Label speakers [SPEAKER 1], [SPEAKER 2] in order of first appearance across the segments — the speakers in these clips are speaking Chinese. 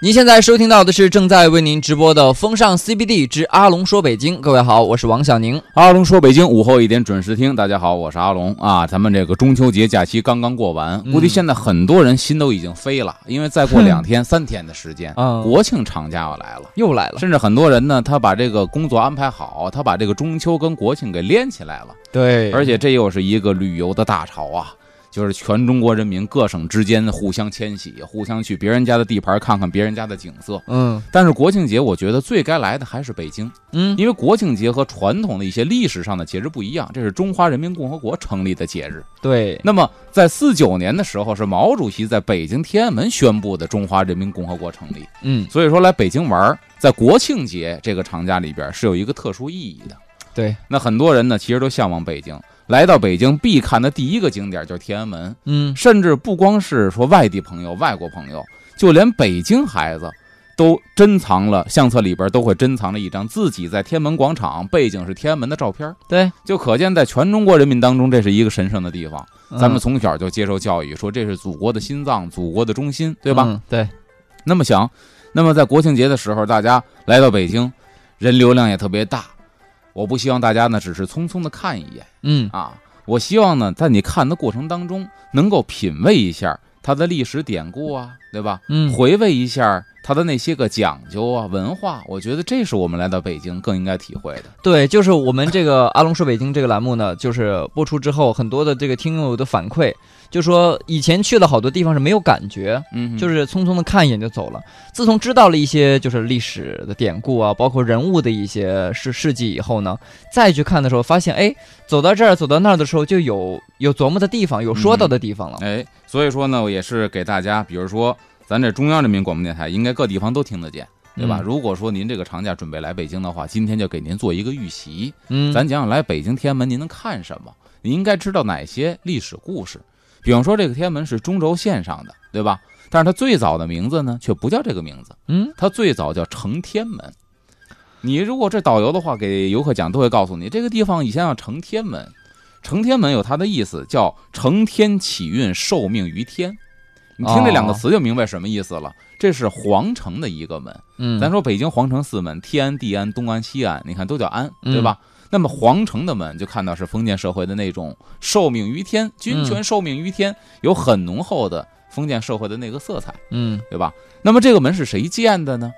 [SPEAKER 1] 您现在收听到的是正在为您直播的《风尚 CBD 之阿龙说北京》，各位好，我是王小宁。
[SPEAKER 2] 阿龙说：“北京午后一点准时听，大家好，我是阿龙啊。咱们这个中秋节假期刚刚过完，
[SPEAKER 1] 嗯
[SPEAKER 2] 估计现在很多人心都已经飞了，因为再过两天、三天的时间，
[SPEAKER 1] 啊
[SPEAKER 2] 国庆长假要来了。
[SPEAKER 1] 又来了，
[SPEAKER 2] 甚至很多人呢，他把这个工作安排好，他把这个中秋跟国庆给连起来了，
[SPEAKER 1] 对
[SPEAKER 2] 而且这又是一个旅游的大潮啊，就是全中国人民各省之间互相迁徙，互相去别人家的地盘看看别人家的景色。
[SPEAKER 1] 嗯
[SPEAKER 2] 但是国庆节，我觉得最该来的还是北京。
[SPEAKER 1] 嗯，
[SPEAKER 2] 因为国庆节和传统的一些历史上的节日不一样，这是中华人民共和国成立的节日。
[SPEAKER 1] 对，
[SPEAKER 2] 那么，在四九年的时候，是毛主席在北京天安门宣布的中华人民共和国成立。
[SPEAKER 1] 嗯
[SPEAKER 2] 所以说，来北京玩儿，在国庆节这个长假里边是有一个特殊意义的。
[SPEAKER 1] 对，
[SPEAKER 2] 那很多人呢，其实都向往北京，来到北京必看的第一个景点就是天安门。
[SPEAKER 1] 嗯
[SPEAKER 2] 甚至不光是说外地朋友、外国朋友，就连北京孩子都珍藏了相册里边都会珍藏着一张自己在天安门广场背景是天安门的照片儿，
[SPEAKER 1] 对，
[SPEAKER 2] 就可见在全中国人民当中，这是一个神圣的地方。咱们
[SPEAKER 1] 嗯
[SPEAKER 2] 从小就接受教育，说这是祖国的心脏、祖国的中心，对吧？
[SPEAKER 1] 嗯对，
[SPEAKER 2] 那么想，那么在国庆节的时候，大家来到北京，人流量也特别大，我不希望大家呢只是匆匆的看一眼。
[SPEAKER 1] 嗯
[SPEAKER 2] 啊，我希望呢，在你看的过程当中，能够品味一下它的历史典故啊，对吧？
[SPEAKER 1] 嗯
[SPEAKER 2] 回味一下它的那些个讲究啊、文化，我觉得这是我们来到北京更应该体会的。
[SPEAKER 1] 对，就是我们这个《阿龙说北京》这个栏目呢，就是播出之后，很多的这个听友的反馈，就说以前去了好多地方是没有感觉，
[SPEAKER 2] 嗯
[SPEAKER 1] 就是是匆匆的看一眼就走了。自从知道了一些就是历史的典故啊，包括人物的一些事事迹以后呢，再去看的时候，发现哎，走到这儿走到那儿的时候，就有有琢磨的地方，有说到的地方了。
[SPEAKER 2] 哎，所以说呢，我也是给大家，比如说咱这中央人民广播电台，应该各地方都听得见。对吧？
[SPEAKER 1] 嗯
[SPEAKER 2] 如果说您这个长假准备来北京的话，今天就给您做一个预习。
[SPEAKER 1] 嗯，
[SPEAKER 2] 咱讲讲来北京天安门您能看什么？你应该知道哪些历史故事？比方说这个天安门是中轴线上的，对吧？但是它最早的名字呢，却不叫这个名字，
[SPEAKER 1] 嗯，
[SPEAKER 2] 它最早叫承天门。你如果这导游的话，给游客讲都会告诉你，这个地方以前叫承天门。承天门有它的意思，叫承天启运，受命于天。你听这两个
[SPEAKER 1] 哦
[SPEAKER 2] 词就明白什么意思了。这是皇城的一个门，
[SPEAKER 1] 嗯，
[SPEAKER 2] 咱说北京皇城四门，天安、地安、东安、西安，你看都叫安，
[SPEAKER 1] 嗯
[SPEAKER 2] 对吧？那么皇城的门就看到是封建社会的那种受命于天、君权受命于天，有很浓厚的封建社会的那个色彩，
[SPEAKER 1] 嗯
[SPEAKER 2] 对吧？那么这个门是谁建的呢？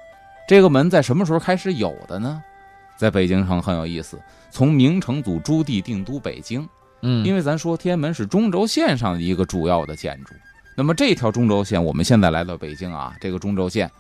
[SPEAKER 2] 这个门在什么时候开始有的呢？在北京城很有意思，从明成祖朱棣定都北京，
[SPEAKER 1] 嗯，
[SPEAKER 2] 因
[SPEAKER 1] 为
[SPEAKER 2] 为咱说天安门是中轴线上的一个主要的建筑。那么这条中轴线，我们现在来到北京啊，这个中轴线，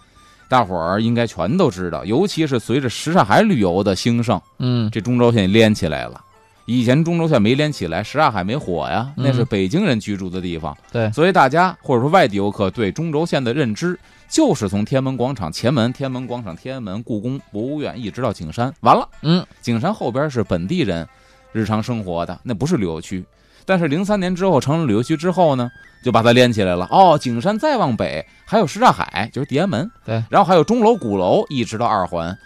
[SPEAKER 2] 大伙儿应该全都知道，尤其是随着什刹海旅游的兴盛，
[SPEAKER 1] 嗯
[SPEAKER 2] 这中轴线连起来了。以前中轴线没连起来，什刹海没火呀，
[SPEAKER 1] 嗯
[SPEAKER 2] 那是北京人居住的地方。
[SPEAKER 1] 对
[SPEAKER 2] 所以大家或者说外地游客对中轴线的认知，就是从天安门广场前门、天安门广场、天安门、故宫博物院，一直到景山，完了。
[SPEAKER 1] 嗯
[SPEAKER 2] 景山后边是本地人日常生活的，那不是旅游区。但是零三年之后成了旅游区之后呢，就把它连起来了。哦，景山再往北还有什刹海，就是地安门，
[SPEAKER 1] 对，
[SPEAKER 2] 然后还有钟楼、鼓楼，一直到二环，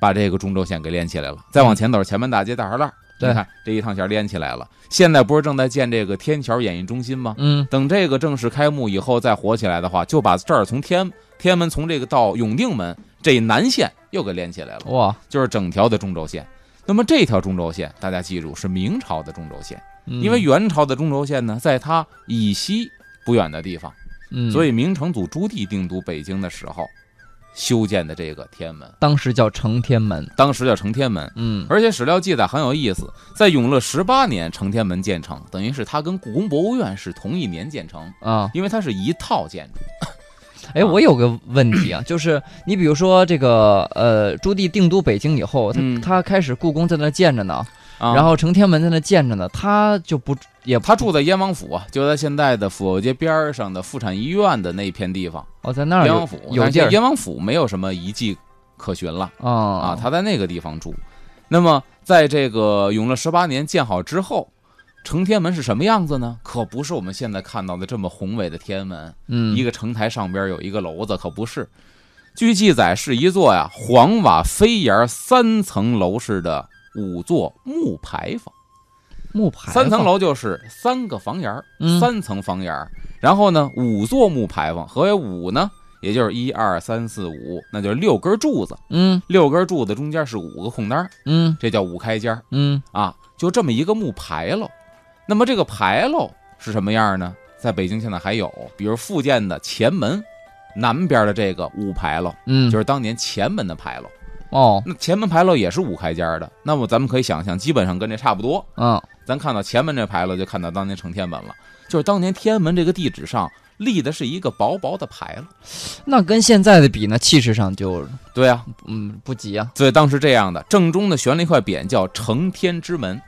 [SPEAKER 2] 把这个中轴线给连起来了。再往前走，前门大街、大栅栏，
[SPEAKER 1] 对
[SPEAKER 2] 你看这一趟线连起来了。现在不是正在建这个天桥演艺中心吗？
[SPEAKER 1] 嗯
[SPEAKER 2] 等这个正式开幕以后再火起来的话，就把这儿从天天安门从这个到永定门这一南线又给连起来了。
[SPEAKER 1] 哇
[SPEAKER 2] 就是整条的中轴线。那么这条中轴线，大家记住是明朝的中轴线，
[SPEAKER 1] 嗯，
[SPEAKER 2] 因为元朝的中轴线呢，在它以西不远的地方，
[SPEAKER 1] 嗯
[SPEAKER 2] 所以明成祖朱棣定都北京的时候修建的这个天安门，
[SPEAKER 1] 当时叫承天门。
[SPEAKER 2] 当时叫承天门。
[SPEAKER 1] 嗯
[SPEAKER 2] 而且史料记载很有意思，在永乐十八年，承天门建成，等于是它跟故宫博物院是同一年建成，
[SPEAKER 1] 啊，
[SPEAKER 2] 因为它是一套建筑。
[SPEAKER 1] 哎，我有个问题啊，就是你比如说这个呃，朱棣定都北京以后，他、
[SPEAKER 2] 嗯
[SPEAKER 1] 他开始故宫在那儿建着呢，
[SPEAKER 2] 啊、
[SPEAKER 1] 然后承天门在那建着呢，他就不也
[SPEAKER 2] 他住在燕王府啊，就在现在的府右街边儿上的妇产医院的那片地方。
[SPEAKER 1] 哦在那儿
[SPEAKER 2] 燕
[SPEAKER 1] 有
[SPEAKER 2] 王府，
[SPEAKER 1] 有
[SPEAKER 2] 但
[SPEAKER 1] 地
[SPEAKER 2] 是
[SPEAKER 1] 儿
[SPEAKER 2] 燕王府没有什么遗迹可寻了
[SPEAKER 1] 啊
[SPEAKER 2] 啊
[SPEAKER 1] 啊，
[SPEAKER 2] 他在那个地方住。那么，在这个永乐十八年建好之后，承天门是什么样子呢？可不是我们现在看到的这么宏伟的天安门，
[SPEAKER 1] 嗯
[SPEAKER 2] 一个城台上边有一个楼子，可不是。据记载，是一座呀黄瓦飞檐三层楼式的五座木牌坊。
[SPEAKER 1] 木牌
[SPEAKER 2] 三层
[SPEAKER 1] 坊
[SPEAKER 2] 楼就是三个房檐儿，
[SPEAKER 1] 嗯
[SPEAKER 2] 三层房檐儿。然后呢，五座木牌坊，何为五呢？也就是一二三四五，那就是六根柱子，
[SPEAKER 1] 嗯
[SPEAKER 2] 六根柱子中间是五个空当儿，
[SPEAKER 1] 嗯
[SPEAKER 2] 这叫五开间儿
[SPEAKER 1] 嗯
[SPEAKER 2] 啊，就这么一个木牌楼。那么这个牌楼是什么样呢？在北京现在还有，比如福建的前门南边的这个五牌楼，
[SPEAKER 1] 嗯，
[SPEAKER 2] 就是是当年前门的牌楼。
[SPEAKER 1] 哦，
[SPEAKER 2] 那前门牌楼也是五开间儿的，那么咱们可以想象，基本上跟这差不多。
[SPEAKER 1] 嗯
[SPEAKER 2] 咱看到前门这牌楼，就看到当年承天门了，就是当年天安门这个地址上立的是一个薄薄的牌楼。
[SPEAKER 1] 那跟现在的比呢，气势上就
[SPEAKER 2] 对啊，
[SPEAKER 1] 嗯不及啊，
[SPEAKER 2] 所以当时这样的，正中的悬了一块匾，叫“承天之门”。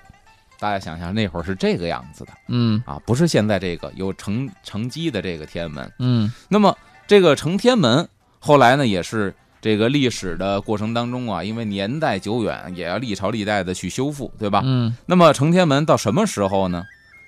[SPEAKER 2] 大家想想，那会儿是这个样子的
[SPEAKER 1] 嗯
[SPEAKER 2] 啊，不是现在这个有承承基的这个天安门。
[SPEAKER 1] 嗯
[SPEAKER 2] 那么这个承天门后来呢，也是这个历史的过程当中啊，因为年代久远，也要历朝历代的去修复，对吧？
[SPEAKER 1] 嗯
[SPEAKER 2] 那么承天门到什么时候呢？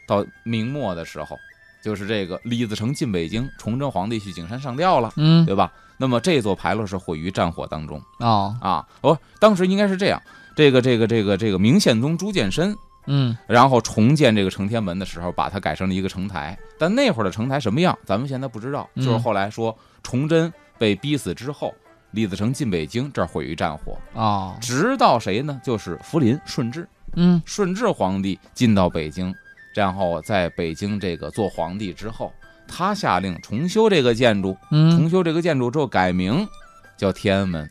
[SPEAKER 2] 到明末的时候，就是这个李自成进北京，崇祯皇帝去景山上吊了，
[SPEAKER 1] 嗯
[SPEAKER 2] 对吧？那么这座牌楼是毁于战火当中
[SPEAKER 1] 哦
[SPEAKER 2] 啊！哦，当时应该是这样，这个这个这个这个明宪宗朱见深，
[SPEAKER 1] 嗯
[SPEAKER 2] 然后重建这个承天门的时候，把它改成了一个城台。但那会儿的城台什么样，咱们现在不知道。
[SPEAKER 1] 嗯
[SPEAKER 2] 就是后来说崇祯被逼死之后，李自成进北京，这儿毁于战火。
[SPEAKER 1] 哦
[SPEAKER 2] 直到谁呢？就是福临顺治。
[SPEAKER 1] 嗯
[SPEAKER 2] 顺治皇帝进到北京，然后在北京这个做皇帝之后，他下令重修这个建筑，
[SPEAKER 1] 嗯
[SPEAKER 2] 重修这个建筑之后改名叫天安门。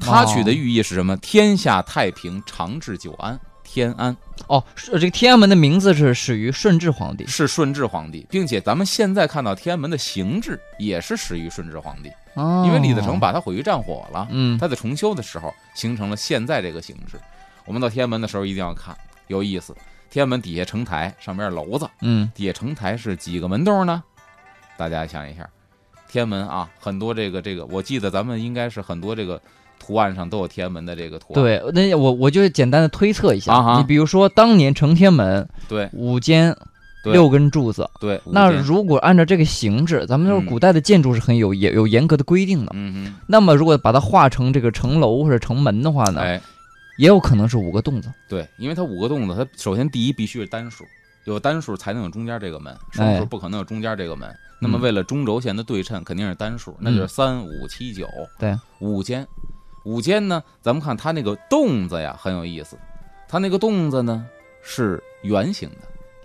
[SPEAKER 2] 他取的寓意是什么？天下太平，长治久安。天安
[SPEAKER 1] 哦，是这个天安门的名字是始于顺治皇帝
[SPEAKER 2] 是顺治皇帝，并且咱们现在看到天安门的形制也是始于顺治皇帝，
[SPEAKER 1] 哦，
[SPEAKER 2] 因为李自成把它毁于战火了。
[SPEAKER 1] 嗯
[SPEAKER 2] 它在重修的时候形成了现在这个形制。我们到天安门的时候一定要看，有意思。天安门底下城台，上面是楼子，
[SPEAKER 1] 嗯
[SPEAKER 2] 底下城台是几个门洞呢？大家想一下，天安门啊，很多这个这个，我记得咱们应该是很多这个图案上都有天安门的这个图案。
[SPEAKER 1] 对，那我我就简单的推测一下，
[SPEAKER 2] 啊哈
[SPEAKER 1] 你比如说当年承天门
[SPEAKER 2] 对
[SPEAKER 1] 五间
[SPEAKER 2] 对
[SPEAKER 1] 六根柱子，
[SPEAKER 2] 对，五
[SPEAKER 1] 那
[SPEAKER 2] 间
[SPEAKER 1] 如果按照这个形制，咱们说
[SPEAKER 2] 嗯
[SPEAKER 1] 古代的建筑是很有严、有严格的规定的。
[SPEAKER 2] 嗯
[SPEAKER 1] 那么如果把它画成这个城楼或者城门的话
[SPEAKER 2] 哼，
[SPEAKER 1] 呢，
[SPEAKER 2] 哎，
[SPEAKER 1] 也有可能是五个洞子。
[SPEAKER 2] 对，因为它五个洞子，它首先第一必须是单数，有单数才能有中间这个门，双
[SPEAKER 1] 哎嗯
[SPEAKER 2] 数不可能有中间这个门。那么为了中轴线的对称，肯定是单数，那就是三五七九，
[SPEAKER 1] 对，
[SPEAKER 2] 五间。五间呢，咱们看它那个洞子呀，很有意思，它那个洞子呢是圆形的。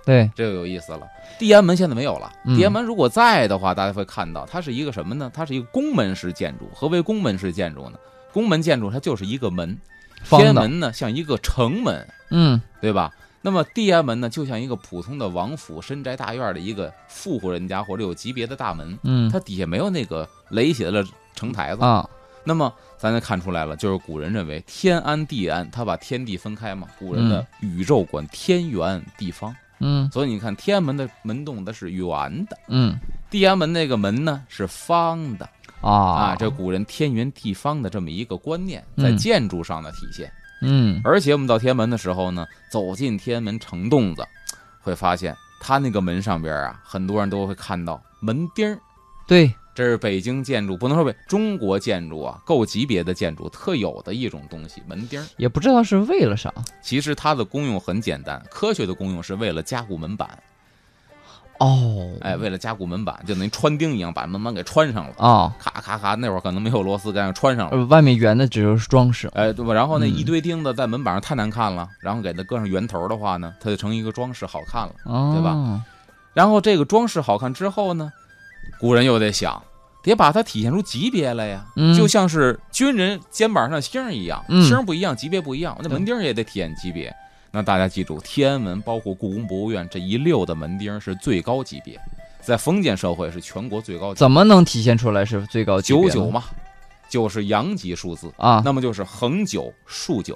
[SPEAKER 1] 对，
[SPEAKER 2] 这就有意思了。地安门现在没有了，
[SPEAKER 1] 嗯
[SPEAKER 2] 地安门如果在的话，大家会看到它是一个什么呢？它是一个宫门式建筑。何为宫门式建筑呢？宫门建筑它就是一个门，天
[SPEAKER 1] 方
[SPEAKER 2] 安
[SPEAKER 1] 的，
[SPEAKER 2] 门呢像一个城门，
[SPEAKER 1] 嗯
[SPEAKER 2] 对吧？那么地安门呢就像一个普通的王府、深宅大院的一个富户人家或者有级别的大门，
[SPEAKER 1] 嗯
[SPEAKER 2] 它底下没有那个垒起来的城台子。
[SPEAKER 1] 啊，
[SPEAKER 2] 那么咱就看出来了，就是古人认为天安地安，它把天地分开嘛。古人的宇宙观，天圆地方。
[SPEAKER 1] 嗯
[SPEAKER 2] 所以你看，天安门的门洞它是圆的，
[SPEAKER 1] 嗯
[SPEAKER 2] 地安门那个门呢是方的
[SPEAKER 1] 啊
[SPEAKER 2] 啊，这古人天圆地方的这么一个观念在
[SPEAKER 1] 嗯
[SPEAKER 2] 建筑上的体现。
[SPEAKER 1] 嗯
[SPEAKER 2] 而且我们到天安门的时候呢，走进天安门城洞子，会发现它那个门上边啊，很多人都会看到门钉儿。
[SPEAKER 1] 对，
[SPEAKER 2] 这是北京建筑，不能说北中国建筑啊，够级别的建筑特有的一种东西，门钉儿。
[SPEAKER 1] 也不知道是为了啥。
[SPEAKER 2] 其实它的功用很简单，科学的功用是为了加固门板，
[SPEAKER 1] 哦，
[SPEAKER 2] 哎，为了加固门板，就等于穿钉一样把门板给穿上了，
[SPEAKER 1] 啊，
[SPEAKER 2] 咔咔咔，那会儿可能没有螺丝杆，穿上了，
[SPEAKER 1] 呃外面圆的只是装饰。
[SPEAKER 2] 哎，对吧？然后那
[SPEAKER 1] 嗯
[SPEAKER 2] 一堆钉子在门板上太难看了，然后给它搁上圆头的话呢，它就成一个装饰，好看了。
[SPEAKER 1] 哦，
[SPEAKER 2] 对
[SPEAKER 1] 吧？
[SPEAKER 2] 然后这个装饰好看之后呢，古人又得想，得把它体现出级别来呀，
[SPEAKER 1] 嗯
[SPEAKER 2] 就像是军人肩膀上的星儿一样，
[SPEAKER 1] 嗯
[SPEAKER 2] 星儿不一样，级别不一样，那
[SPEAKER 1] 对
[SPEAKER 2] 门钉儿也得体现级别。那大家记住，天安门包括故宫博物院这一溜的门钉儿是最高级别，在封建社会是全国最高级别。
[SPEAKER 1] 怎么能体现出来是最高级别
[SPEAKER 2] 九
[SPEAKER 1] 呢？
[SPEAKER 2] 九嘛，九是阳极数字，
[SPEAKER 1] 啊，
[SPEAKER 2] 那么就是横九、竖九、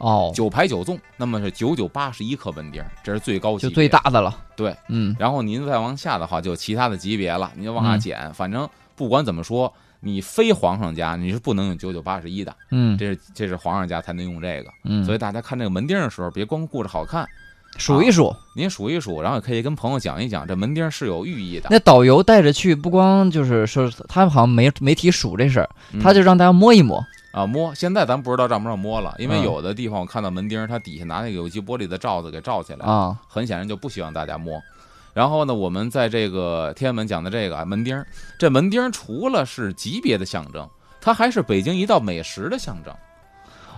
[SPEAKER 1] 哦，
[SPEAKER 2] 九排九纵，那么是九九八十一颗门钉儿，这是最高级
[SPEAKER 1] 就
[SPEAKER 2] 别。
[SPEAKER 1] 最大的了。
[SPEAKER 2] 对，
[SPEAKER 1] 嗯
[SPEAKER 2] 然后您再往下的话，就有其他的级别了，您就往下
[SPEAKER 1] 嗯
[SPEAKER 2] 减。反正不管怎么说，你非皇上家你是不能用九九八十一的，
[SPEAKER 1] 嗯
[SPEAKER 2] 这是这是皇上家才能用这个。
[SPEAKER 1] 嗯，
[SPEAKER 2] 所以大家看这个门钉的时候，别光顾着好看，
[SPEAKER 1] 数一数，
[SPEAKER 2] 您数一数，然后也可以跟朋友讲一讲，这门钉是有寓意的。
[SPEAKER 1] 那导游带着去，不光就是说他好像没没提数这事儿，
[SPEAKER 2] 嗯
[SPEAKER 1] 他就让大家摸一摸。
[SPEAKER 2] 啊摸，现在咱不知道让不让摸了，因为
[SPEAKER 1] 嗯
[SPEAKER 2] 有的地方我看到门钉，它底下拿那个有机玻璃的罩子给罩起来，
[SPEAKER 1] 啊，
[SPEAKER 2] 很显然就不希望大家摸。然后呢，我们在这个天安门讲的这个啊门钉儿，这门钉儿除了是级别的象征，它还是北京一道美食的象征。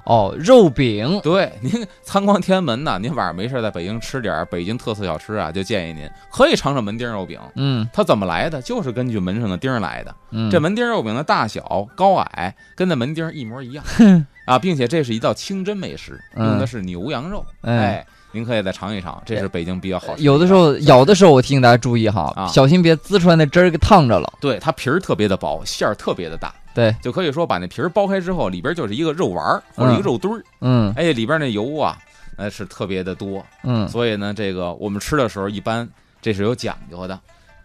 [SPEAKER 1] 哦，肉饼
[SPEAKER 2] 对，您参观天安门呐，您晚上没事儿在北京吃点儿北京特色小吃啊，就建议您可以尝尝门钉肉饼。
[SPEAKER 1] 嗯
[SPEAKER 2] 它怎么来的？就是根据门上的钉儿来的。
[SPEAKER 1] 嗯，
[SPEAKER 2] 这门钉肉饼的大小、高矮跟那门钉儿一模一样啊，并且这是一道清真美食，用的
[SPEAKER 1] 嗯
[SPEAKER 2] 是牛羊肉。
[SPEAKER 1] 哎
[SPEAKER 2] 哎，您可以再尝一尝，这是北京比较好吃的。
[SPEAKER 1] 有的时候咬的时候，我提醒大家注意哈，
[SPEAKER 2] 啊
[SPEAKER 1] 小心别滋出来那汁儿给烫着了。
[SPEAKER 2] 对，它皮儿特别的薄，馅儿特别的大，
[SPEAKER 1] 对，
[SPEAKER 2] 就可以说把那皮儿剥开之后，里边就是一个肉丸儿或者一个肉堆儿，
[SPEAKER 1] 嗯
[SPEAKER 2] 哎，里边那油啊，呃是特别的多，
[SPEAKER 1] 嗯
[SPEAKER 2] 所以呢，这个我们吃的时候一般这是有讲究的。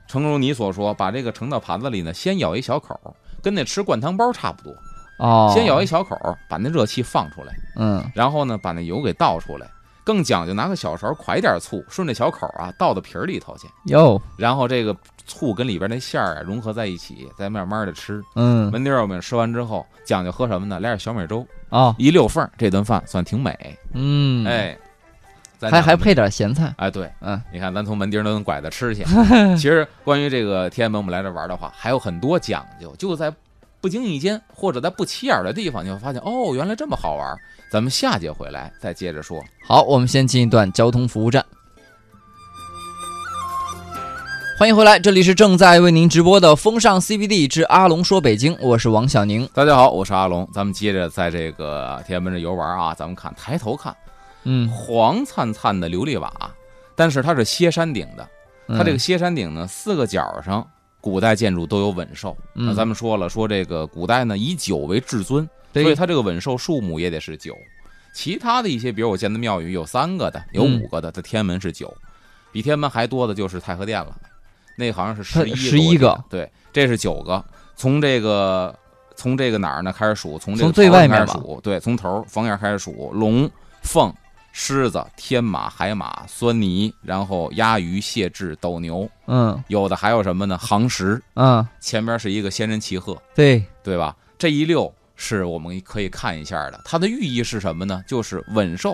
[SPEAKER 2] 诚如你所说，把这个盛到盘子里呢，先咬一小口儿，跟那吃灌汤包差不多，
[SPEAKER 1] 哦，
[SPEAKER 2] 先咬一小口儿，把那热气放出来，
[SPEAKER 1] 嗯
[SPEAKER 2] 然后呢，把那油给倒出来。更讲究，拿个小勺儿㧟点儿醋，顺着小口儿啊倒到皮儿里头去，
[SPEAKER 1] 哟
[SPEAKER 2] 然后这个醋跟里边那馅儿啊融合在一起，再慢慢的吃。
[SPEAKER 1] 嗯
[SPEAKER 2] 门钉儿我们吃完之后，讲究喝什么呢？来点小米粥，
[SPEAKER 1] 哦
[SPEAKER 2] 一溜缝儿，这顿饭算挺美。
[SPEAKER 1] 嗯，
[SPEAKER 2] 哎，咱
[SPEAKER 1] 还还
[SPEAKER 2] 讲
[SPEAKER 1] 配点咸菜，
[SPEAKER 2] 哎，对，
[SPEAKER 1] 嗯，
[SPEAKER 2] 你看咱从门钉儿都能拐到 吃去。其实关于这个天安门，我们来这玩儿的话，还有很多讲究，就在不经意间或者在不起眼儿的地方，你会发现哦，原来这么好玩儿。咱们下节回来再接着说。
[SPEAKER 1] 好，我们先进一段交通服务站。欢迎回来，这里是正在为您直播的《风尚 CBD 之阿龙说北京》，我是王小宁。
[SPEAKER 2] 大家好，我是阿龙，咱们接着在这个天安门这游玩儿啊，咱们看抬头看
[SPEAKER 1] 嗯，
[SPEAKER 2] 黄灿灿的琉璃瓦，但是它是歇山顶的。它这个
[SPEAKER 1] 嗯
[SPEAKER 2] 歇山顶呢，四个角上，古代建筑都有稳寿。那
[SPEAKER 1] 嗯
[SPEAKER 2] 咱们说了，说这个古代呢以酒为至尊，所
[SPEAKER 1] 对
[SPEAKER 2] 以它这个稳寿数目也得是酒。其他的一些，比如我见的庙宇有三个的，有
[SPEAKER 1] 嗯
[SPEAKER 2] 五个的，它天安门是九，比天安门还多的就是太和殿了，那好像是
[SPEAKER 1] 它
[SPEAKER 2] 十一
[SPEAKER 1] 11个，
[SPEAKER 2] 我记得对，这是九个。从这个从这个哪儿呢开始数？从这个
[SPEAKER 1] 从最
[SPEAKER 2] 头上
[SPEAKER 1] 外面
[SPEAKER 2] 开始
[SPEAKER 1] 吧
[SPEAKER 2] 数，对，从头儿房檐开始数，龙、凤、狮子、天马、海马、狻泥，然后鸭、鱼、蟹、雉、斗牛，
[SPEAKER 1] 嗯
[SPEAKER 2] 有的还有什么呢？行石，
[SPEAKER 1] 嗯，
[SPEAKER 2] 前面是一个仙人骑鹤，
[SPEAKER 1] 对，
[SPEAKER 2] 对吧？这一溜是我们可以看一下的。它的寓意是什么呢？就是稳寿，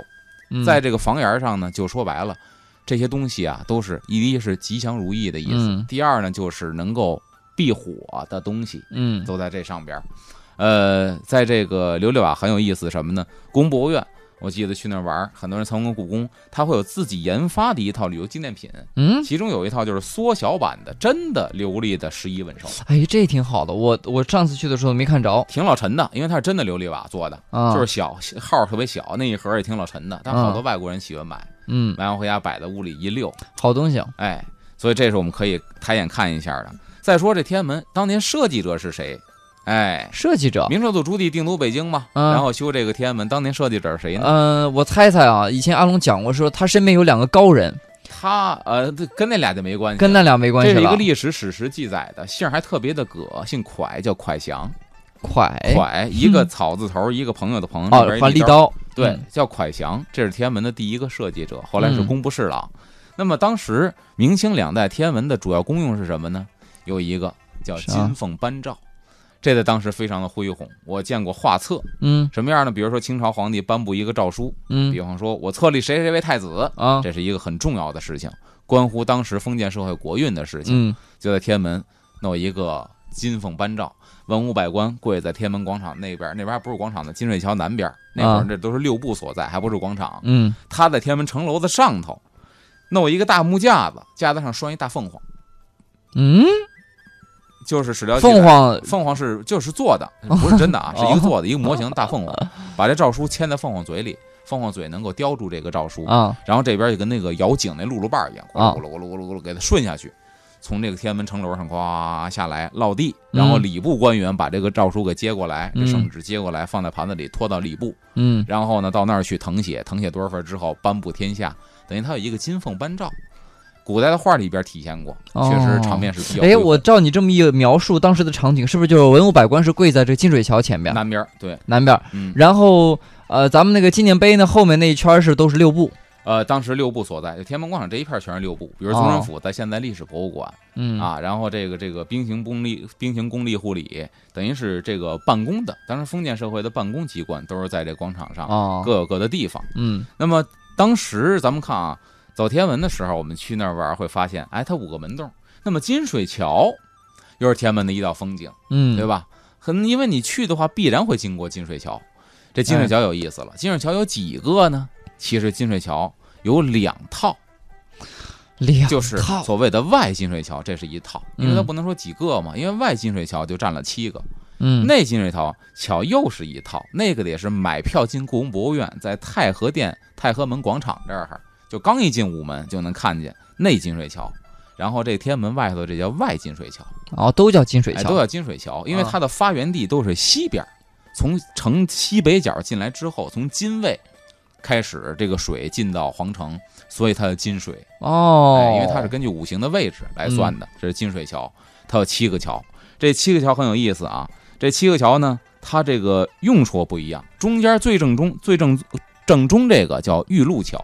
[SPEAKER 1] 嗯
[SPEAKER 2] 在这个房檐上呢，就说白了，这些东西啊，都是一是吉祥如意的意思，
[SPEAKER 1] 嗯
[SPEAKER 2] 第二呢，就是能够避火的东西。
[SPEAKER 1] 嗯
[SPEAKER 2] 都在这上边儿。呃，在这个琉璃瓦很有意思，什么呢？宫博物院，我记得去那儿玩儿，很多人参观故宫，它会有自己研发的一套旅游纪念品，
[SPEAKER 1] 嗯，
[SPEAKER 2] 其中有一套就是缩小版的，真的琉璃的十一纹兽，
[SPEAKER 1] 哎，这挺好的，我我上次去的时候没看着
[SPEAKER 2] 挺老沉的，因为它是真的琉璃瓦做的，
[SPEAKER 1] 啊，
[SPEAKER 2] 就是小号儿特别小，那一盒儿也挺老沉的，但好多外国人喜欢买，
[SPEAKER 1] 嗯，
[SPEAKER 2] 买完回家摆在屋里一溜，
[SPEAKER 1] 好东西啊，
[SPEAKER 2] 哎，所以这是我们可以抬眼看一下的。再说这天安门当年设计者是谁？哎，
[SPEAKER 1] 设计者，
[SPEAKER 2] 明成祖朱棣定都北京嘛，
[SPEAKER 1] 嗯
[SPEAKER 2] 然后修这个天安门，当年设计者是谁呢？
[SPEAKER 1] 嗯、我猜猜啊，以前阿龙讲过说他身边有两个高人，
[SPEAKER 2] 他呃，这跟那俩就没关系，
[SPEAKER 1] 跟那俩没关系了。
[SPEAKER 2] 这是一个历史史实记载的，姓还特别的葛，姓蒯，叫蒯祥，
[SPEAKER 1] 快
[SPEAKER 2] 蒯一个草字头，一个朋友的朋友，
[SPEAKER 1] 哎嗯哦
[SPEAKER 2] 那，边
[SPEAKER 1] 还
[SPEAKER 2] 一
[SPEAKER 1] 利
[SPEAKER 2] 刀，
[SPEAKER 1] 刀，
[SPEAKER 2] 对
[SPEAKER 1] 嗯，
[SPEAKER 2] 叫蒯祥，这是天安门的第一个设计者，后来是
[SPEAKER 1] 嗯
[SPEAKER 2] 工部侍郎。那么当时明清两代天安门的主要功用是什么呢？有一个叫
[SPEAKER 1] 啥
[SPEAKER 2] 金凤班诏，这在当时非常的恢宏。我见过画册，
[SPEAKER 1] 嗯
[SPEAKER 2] 什么样呢？比如说清朝皇帝颁布一个诏书，比
[SPEAKER 1] 嗯
[SPEAKER 2] 方说，我册立谁谁为太子，
[SPEAKER 1] 啊
[SPEAKER 2] 这是一个很重要的事情，关乎当时封建社会国运的事情。
[SPEAKER 1] 嗯
[SPEAKER 2] 就在天安门弄一个金凤班诏，文武百官跪在天安门广场那边，那边还不是广场的金水桥南边，那会儿
[SPEAKER 1] 啊
[SPEAKER 2] 这都是六部所在，还不是广场。
[SPEAKER 1] 嗯，
[SPEAKER 2] 他在天安门城楼的上头弄一个大木架子，架子上拴一大凤凰，
[SPEAKER 1] 嗯，
[SPEAKER 2] 就是史料记载
[SPEAKER 1] 凤。凰
[SPEAKER 2] 凤凰是就是做的，不是真的啊，是
[SPEAKER 1] 哦
[SPEAKER 2] 一个做的，一个模型大凤凰，把这诏书牵在凤凰嘴里，凤凰嘴能够叼住这个 诏书，
[SPEAKER 1] 啊，
[SPEAKER 2] 然后这边就跟那个摇井那辘轳把儿一样，咕
[SPEAKER 1] 啊
[SPEAKER 2] 噜咕噜咕噜咕噜咕噜给它顺下去，从这个天安门城楼上呱下来落地，然后
[SPEAKER 1] 嗯
[SPEAKER 2] 礼部官员把这个诏书给接过来，这圣
[SPEAKER 1] 嗯
[SPEAKER 2] 旨接过来放在盘子里拖到礼部，
[SPEAKER 1] 嗯
[SPEAKER 2] 然后呢到那儿去誊写，誊写多少份之后颁布天下，等于它有一个金凤颁诏。古代的画里边体现过，
[SPEAKER 1] 哦
[SPEAKER 2] 确实场面是比较恢
[SPEAKER 1] 哎，
[SPEAKER 2] 宏
[SPEAKER 1] 我照你这么一描述，当时的场景是不是就是文武百官是跪在这个金水桥前面
[SPEAKER 2] 南边儿对，
[SPEAKER 1] 南边儿，
[SPEAKER 2] 嗯
[SPEAKER 1] 然后呃，咱们那个纪念碑呢后面那一圈儿是都是六部，
[SPEAKER 2] 呃，当时六部所在，就天安门广场这一片儿全是六部，比如宗
[SPEAKER 1] 哦
[SPEAKER 2] 政府在现在历史博物馆，
[SPEAKER 1] 嗯
[SPEAKER 2] 啊，然后这个这个兵刑公立兵刑公立护理，等于是这个办公的，当时封建社会的办公机关都是在这广场上，
[SPEAKER 1] 哦
[SPEAKER 2] 各有各的地方。
[SPEAKER 1] 嗯
[SPEAKER 2] 那么当时咱们看啊，走天文的时候，我们去那儿玩儿会发现，哎，它五个门洞。那么金水桥又是天门的一道风景，
[SPEAKER 1] 嗯，
[SPEAKER 2] 对？吧？很，因为你去的话，必然会经过金水桥。这金
[SPEAKER 1] 哎
[SPEAKER 2] 水桥有意思了，金水桥有几个呢？其实金水桥有两套，
[SPEAKER 1] 两
[SPEAKER 2] 就是
[SPEAKER 1] 套
[SPEAKER 2] 所谓的外金水桥，这是一套，因为它
[SPEAKER 1] 嗯
[SPEAKER 2] 不能说几个嘛，因为外金水桥就占了七个，
[SPEAKER 1] 嗯，
[SPEAKER 2] 内金水桥桥又是一套，嗯那个也是买票进故宫博物院，在太和殿太和门广场这儿，就刚一进午门就能看见内金水桥，然后这天安门外头这叫外金水桥，
[SPEAKER 1] 哦，都叫金水
[SPEAKER 2] 哎，
[SPEAKER 1] 桥，
[SPEAKER 2] 都叫金水桥，因为
[SPEAKER 1] 啊
[SPEAKER 2] 它的发源地都是西边儿，从城西北角进来之后，从金卫开始这个水进到皇城，所以它叫金水。
[SPEAKER 1] 哦嗯
[SPEAKER 2] 哎，，因为它是根据五行的位置来算的。这是金水桥，它有七个桥，这七个桥很有意思啊。这七个桥呢，它这个用处不一样，中间最正中最正正中这个叫玉露桥，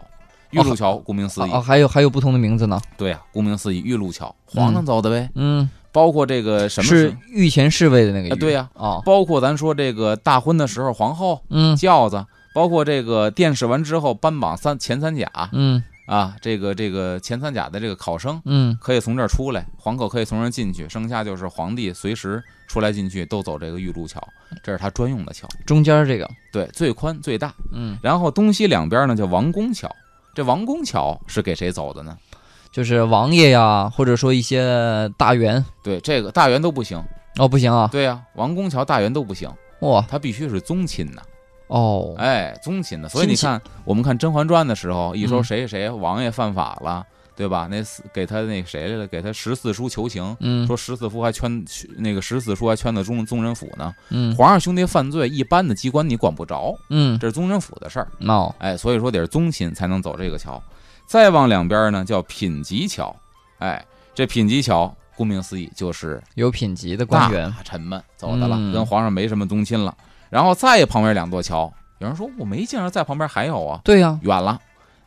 [SPEAKER 2] 玉露桥顾名思义
[SPEAKER 1] 哦，，还有还有不同的名字呢，
[SPEAKER 2] 对啊，顾名思义玉露桥，皇上走的呗。
[SPEAKER 1] 嗯，
[SPEAKER 2] 包括这个什么
[SPEAKER 1] 是御前侍卫的那个
[SPEAKER 2] 啊
[SPEAKER 1] 御，
[SPEAKER 2] 对呀
[SPEAKER 1] 哦，
[SPEAKER 2] 包括咱说这个大婚的时候皇后
[SPEAKER 1] 嗯
[SPEAKER 2] 轿子，包括这个殿试完之后班榜三前三甲
[SPEAKER 1] 嗯
[SPEAKER 2] 啊，这个这个前三甲的这个考生。
[SPEAKER 1] 嗯，
[SPEAKER 2] 可以从这儿出来，皇口可以从这儿进去，剩下就是皇帝随时出来进去都走这个玉露桥，这是他专用的桥，
[SPEAKER 1] 中间这个，
[SPEAKER 2] 对，最宽最大。
[SPEAKER 1] 嗯，
[SPEAKER 2] 然后东西两边呢叫王宫桥，这王宫桥是给谁走的呢？
[SPEAKER 1] 就是王爷呀，或者说一些大员，
[SPEAKER 2] 对，这个大员都不行，
[SPEAKER 1] 哦，不行啊，
[SPEAKER 2] 对呀、王宫桥大员都不行，
[SPEAKER 1] 哇，
[SPEAKER 2] 他必须是宗亲呐，
[SPEAKER 1] 哦，
[SPEAKER 2] 哎，宗亲的。所以你
[SPEAKER 1] 亲戚
[SPEAKER 2] 看，我们看《甄嬛传》的时候，一说
[SPEAKER 1] 嗯
[SPEAKER 2] 谁谁王爷犯法了，对吧？那四给他那谁来了，给他十四叔求情。
[SPEAKER 1] 嗯
[SPEAKER 2] 说十四叔还圈那个十四叔还圈的宗宗人府呢，
[SPEAKER 1] 嗯
[SPEAKER 2] 皇上兄弟犯罪，一般的机关你管不着，
[SPEAKER 1] 嗯，
[SPEAKER 2] 这是宗人府的事儿。
[SPEAKER 1] 哦，
[SPEAKER 2] 哎，所以说得是宗亲才能走这个桥。再往两边呢，叫品级桥。哎，这品级桥，顾名思义就是
[SPEAKER 1] 有品级的
[SPEAKER 2] 大
[SPEAKER 1] 官员，
[SPEAKER 2] 臣们走的了，
[SPEAKER 1] 嗯
[SPEAKER 2] 跟皇上没什么宗亲了。然后再旁边两座桥，有人说我没见着在旁边还有啊，
[SPEAKER 1] 对呀，
[SPEAKER 2] 远了，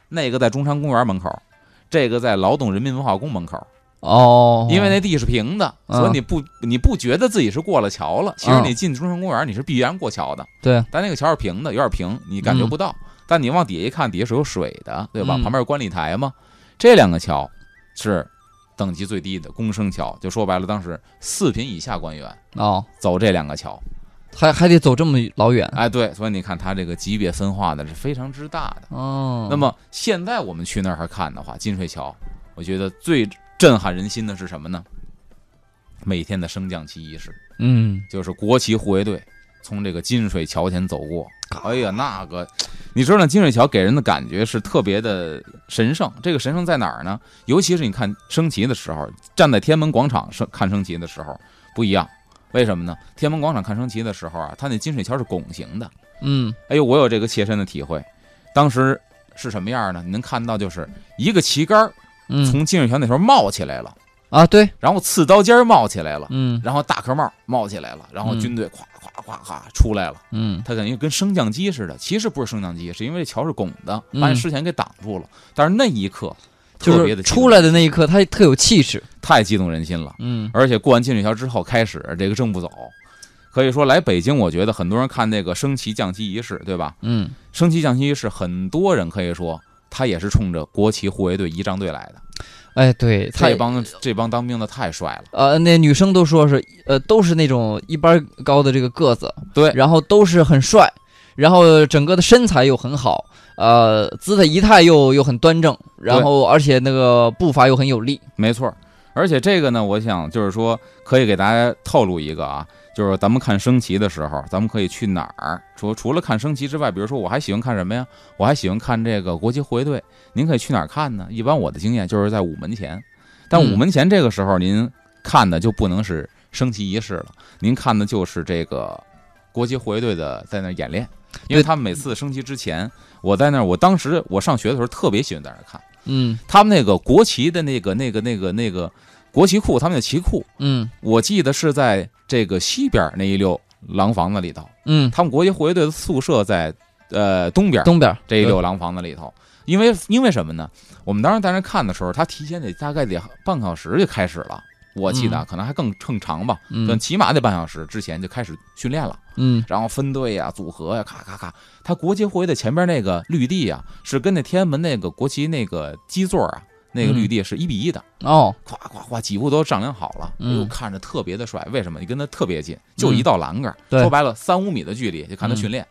[SPEAKER 2] 那个在中山公园门口，这个在劳动人民文化宫门口。
[SPEAKER 1] 哦，
[SPEAKER 2] 因为那地是平的，
[SPEAKER 1] 嗯
[SPEAKER 2] 所以你不你不觉得自己是过了桥了。其实
[SPEAKER 1] 嗯
[SPEAKER 2] 你进中山公园，你是必然过桥的。
[SPEAKER 1] 对，
[SPEAKER 2] 但那个桥是平的，有点平，你感觉不到。但你往底下一看，底下是有水的，对吧？
[SPEAKER 1] 嗯
[SPEAKER 2] 旁边有观礼台嘛。这两个桥是等级最低的公升桥，就说白了，当时四品以下官员
[SPEAKER 1] 哦，
[SPEAKER 2] 走这两个桥。
[SPEAKER 1] 还还得走这么老远，
[SPEAKER 2] 哎，对，所以你看它这个级别分化的是非常之大的。
[SPEAKER 1] 哦，
[SPEAKER 2] 那么现在我们去那儿看的话，金水桥，我觉得最震撼人心的是什么呢？每天的升降旗仪式，
[SPEAKER 1] 嗯，
[SPEAKER 2] 就是国旗护卫队从这个金水桥前走过。哎呀，那个，你知道那金水桥给人的感觉是特别的神圣。这个神圣在哪儿呢？尤其是你看升旗的时候，站在天安门广场升看升旗的时候不一样。为什么呢？天安门广场看升旗的时候啊，它那金水桥是拱形的，
[SPEAKER 1] 嗯
[SPEAKER 2] 哎呦，我有这个切身的体会。当时是什么样呢？你能看到，就是一个旗杆儿
[SPEAKER 1] 嗯
[SPEAKER 2] 从金水桥那头冒起来了，
[SPEAKER 1] 啊，对，
[SPEAKER 2] 然后刺刀尖儿冒起来了，
[SPEAKER 1] 嗯
[SPEAKER 2] 然后大壳帽冒起来了，然后
[SPEAKER 1] 嗯
[SPEAKER 2] 军队咵咵咵咵出来了。
[SPEAKER 1] 嗯
[SPEAKER 2] 它等于跟升降机似的，其实不是升降机，是因为这桥是拱的，
[SPEAKER 1] 嗯
[SPEAKER 2] 把你视线给挡住了。但是那一刻
[SPEAKER 1] 就
[SPEAKER 2] 特别
[SPEAKER 1] 是
[SPEAKER 2] 的
[SPEAKER 1] 出来的那一刻，他特有气势，
[SPEAKER 2] 太激动人心了。
[SPEAKER 1] 嗯
[SPEAKER 2] 而且过完金水桥之后，开始这个正步走，可以说来北京，我觉得很多人看那个升旗降旗仪式，对吧？
[SPEAKER 1] 嗯，
[SPEAKER 2] 升旗降旗仪式，很多人可以说他也是冲着国旗护卫队仪仗队来的。
[SPEAKER 1] 哎，对，他
[SPEAKER 2] 这帮这帮当兵的太帅了，
[SPEAKER 1] 呃，那女生都说是，呃，都是那种一般高的这个个子，
[SPEAKER 2] 对
[SPEAKER 1] 然后都是很帅，然后整个的身材又很好，呃，姿态仪态又又很端正，然后而且那个步伐又很有力，
[SPEAKER 2] 没错儿。而且这个呢，我想就是说，可以给大家透露一个啊，就是咱们看升旗的时候，咱们可以去哪儿？除除了看升旗之外，比如说我还喜欢看什么呀？我还喜欢看这个国际护卫队。您可以去哪儿看呢？一般我的经验就是在午门前，但
[SPEAKER 1] 嗯
[SPEAKER 2] 午门前这个时候您看的就不能是升旗仪式了，您看的就是这个国际护卫队的在那儿演练，因为
[SPEAKER 1] 对
[SPEAKER 2] 他们每次升旗之前，我在那儿，我当时我上学的时候特别喜欢在那儿看。
[SPEAKER 1] 嗯
[SPEAKER 2] 他们那个国旗的那个、那个、那个、那个国旗库，他们的旗库，
[SPEAKER 1] 嗯
[SPEAKER 2] 我记得是在这个西边那一溜廊房子里头。
[SPEAKER 1] 嗯，
[SPEAKER 2] 他们国际护卫队的宿舍在呃东边
[SPEAKER 1] 东边儿
[SPEAKER 2] 这一溜廊房子里头。因为因为什么呢？我们当时在那看的时候，他提前得大概得半个小时就开始了。我记得啊
[SPEAKER 1] 嗯
[SPEAKER 2] 可能还更更长吧，但
[SPEAKER 1] 嗯
[SPEAKER 2] 起码得半小时之前就开始训练了。
[SPEAKER 1] 嗯
[SPEAKER 2] 然后分队呀、组合呀、咔咔咔。它国际会的前边那个绿地啊，是跟那天安门那个国旗那个基座啊，那个
[SPEAKER 1] 嗯
[SPEAKER 2] 绿地是一比一的，
[SPEAKER 1] 哦
[SPEAKER 2] 咵咵咵，几乎都丈量好了，
[SPEAKER 1] 嗯
[SPEAKER 2] 又看着特别的帅。为什么？你跟他特别近，就一道栏杆，
[SPEAKER 1] 对嗯
[SPEAKER 2] 说白了三五米的距离，就看他训练。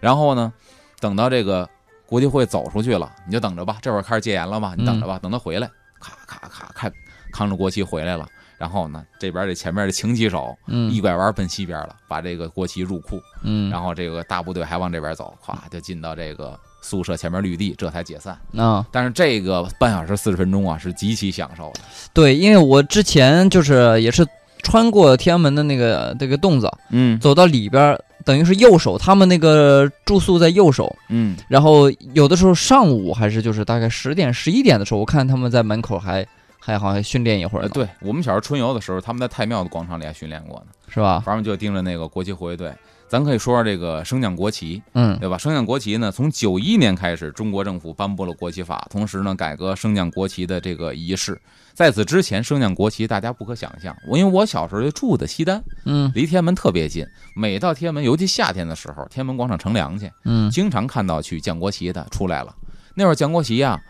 [SPEAKER 2] 然后呢，等到这个国际会走出去了，你就等着吧，这会儿开始戒严了嘛，你等
[SPEAKER 1] 嗯
[SPEAKER 2] 着吧，等他回来，咔咔咔看扛着国旗回来了。然后呢，这边这前面这擎旗手一
[SPEAKER 1] 嗯
[SPEAKER 2] 拐弯奔西边了，把这个国旗入库，
[SPEAKER 1] 嗯
[SPEAKER 2] 然后这个大部队还往这边走，咵就进到这个宿舍前面绿地，这才解散。
[SPEAKER 1] 啊，
[SPEAKER 2] 但是这个半小时四十分钟啊，是极其享受的。
[SPEAKER 1] 对，因为我之前就是也是穿过天安门的那个那个洞子，
[SPEAKER 2] 嗯
[SPEAKER 1] 走到里边儿，等于是右手，他们那个住宿在右手，
[SPEAKER 2] 嗯，
[SPEAKER 1] 然后有的时候上午还是就是大概十点十一点的时候，我看他们在门口还还好像训练一会儿
[SPEAKER 2] 呃，
[SPEAKER 1] 呢，
[SPEAKER 2] 对我们小时候春游的时候，他们在太庙的广场里还训练过呢。
[SPEAKER 1] 是吧？
[SPEAKER 2] 反正就盯着那个国旗护卫队。咱可以说说这个升降国旗，
[SPEAKER 1] 嗯
[SPEAKER 2] 对吧？升降国旗呢，从九一年开始，中国政府颁布了国旗法，同时呢，改革升降国旗的这个仪式。在此之前，升降国旗大家不可想象。我因为我小时候就住的西单，
[SPEAKER 1] 嗯
[SPEAKER 2] 离天安门特别近。每到天安门，尤其夏天的时候，天安门广场乘凉去，
[SPEAKER 1] 嗯
[SPEAKER 2] 经常看到去降国旗的出来了。那会儿降国旗啊，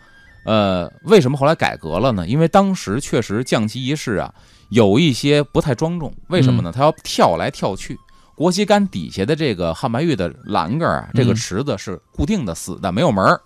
[SPEAKER 2] 呃，为什么后来改革了呢？因为当时确实降旗仪式啊，有一些不太庄重。为什么
[SPEAKER 1] 嗯
[SPEAKER 2] 呢？它要跳来跳去。国旗杆底下的这个汉白玉的栏杆啊，这个
[SPEAKER 1] 嗯
[SPEAKER 2] 池子是固定的、死的，没有门儿，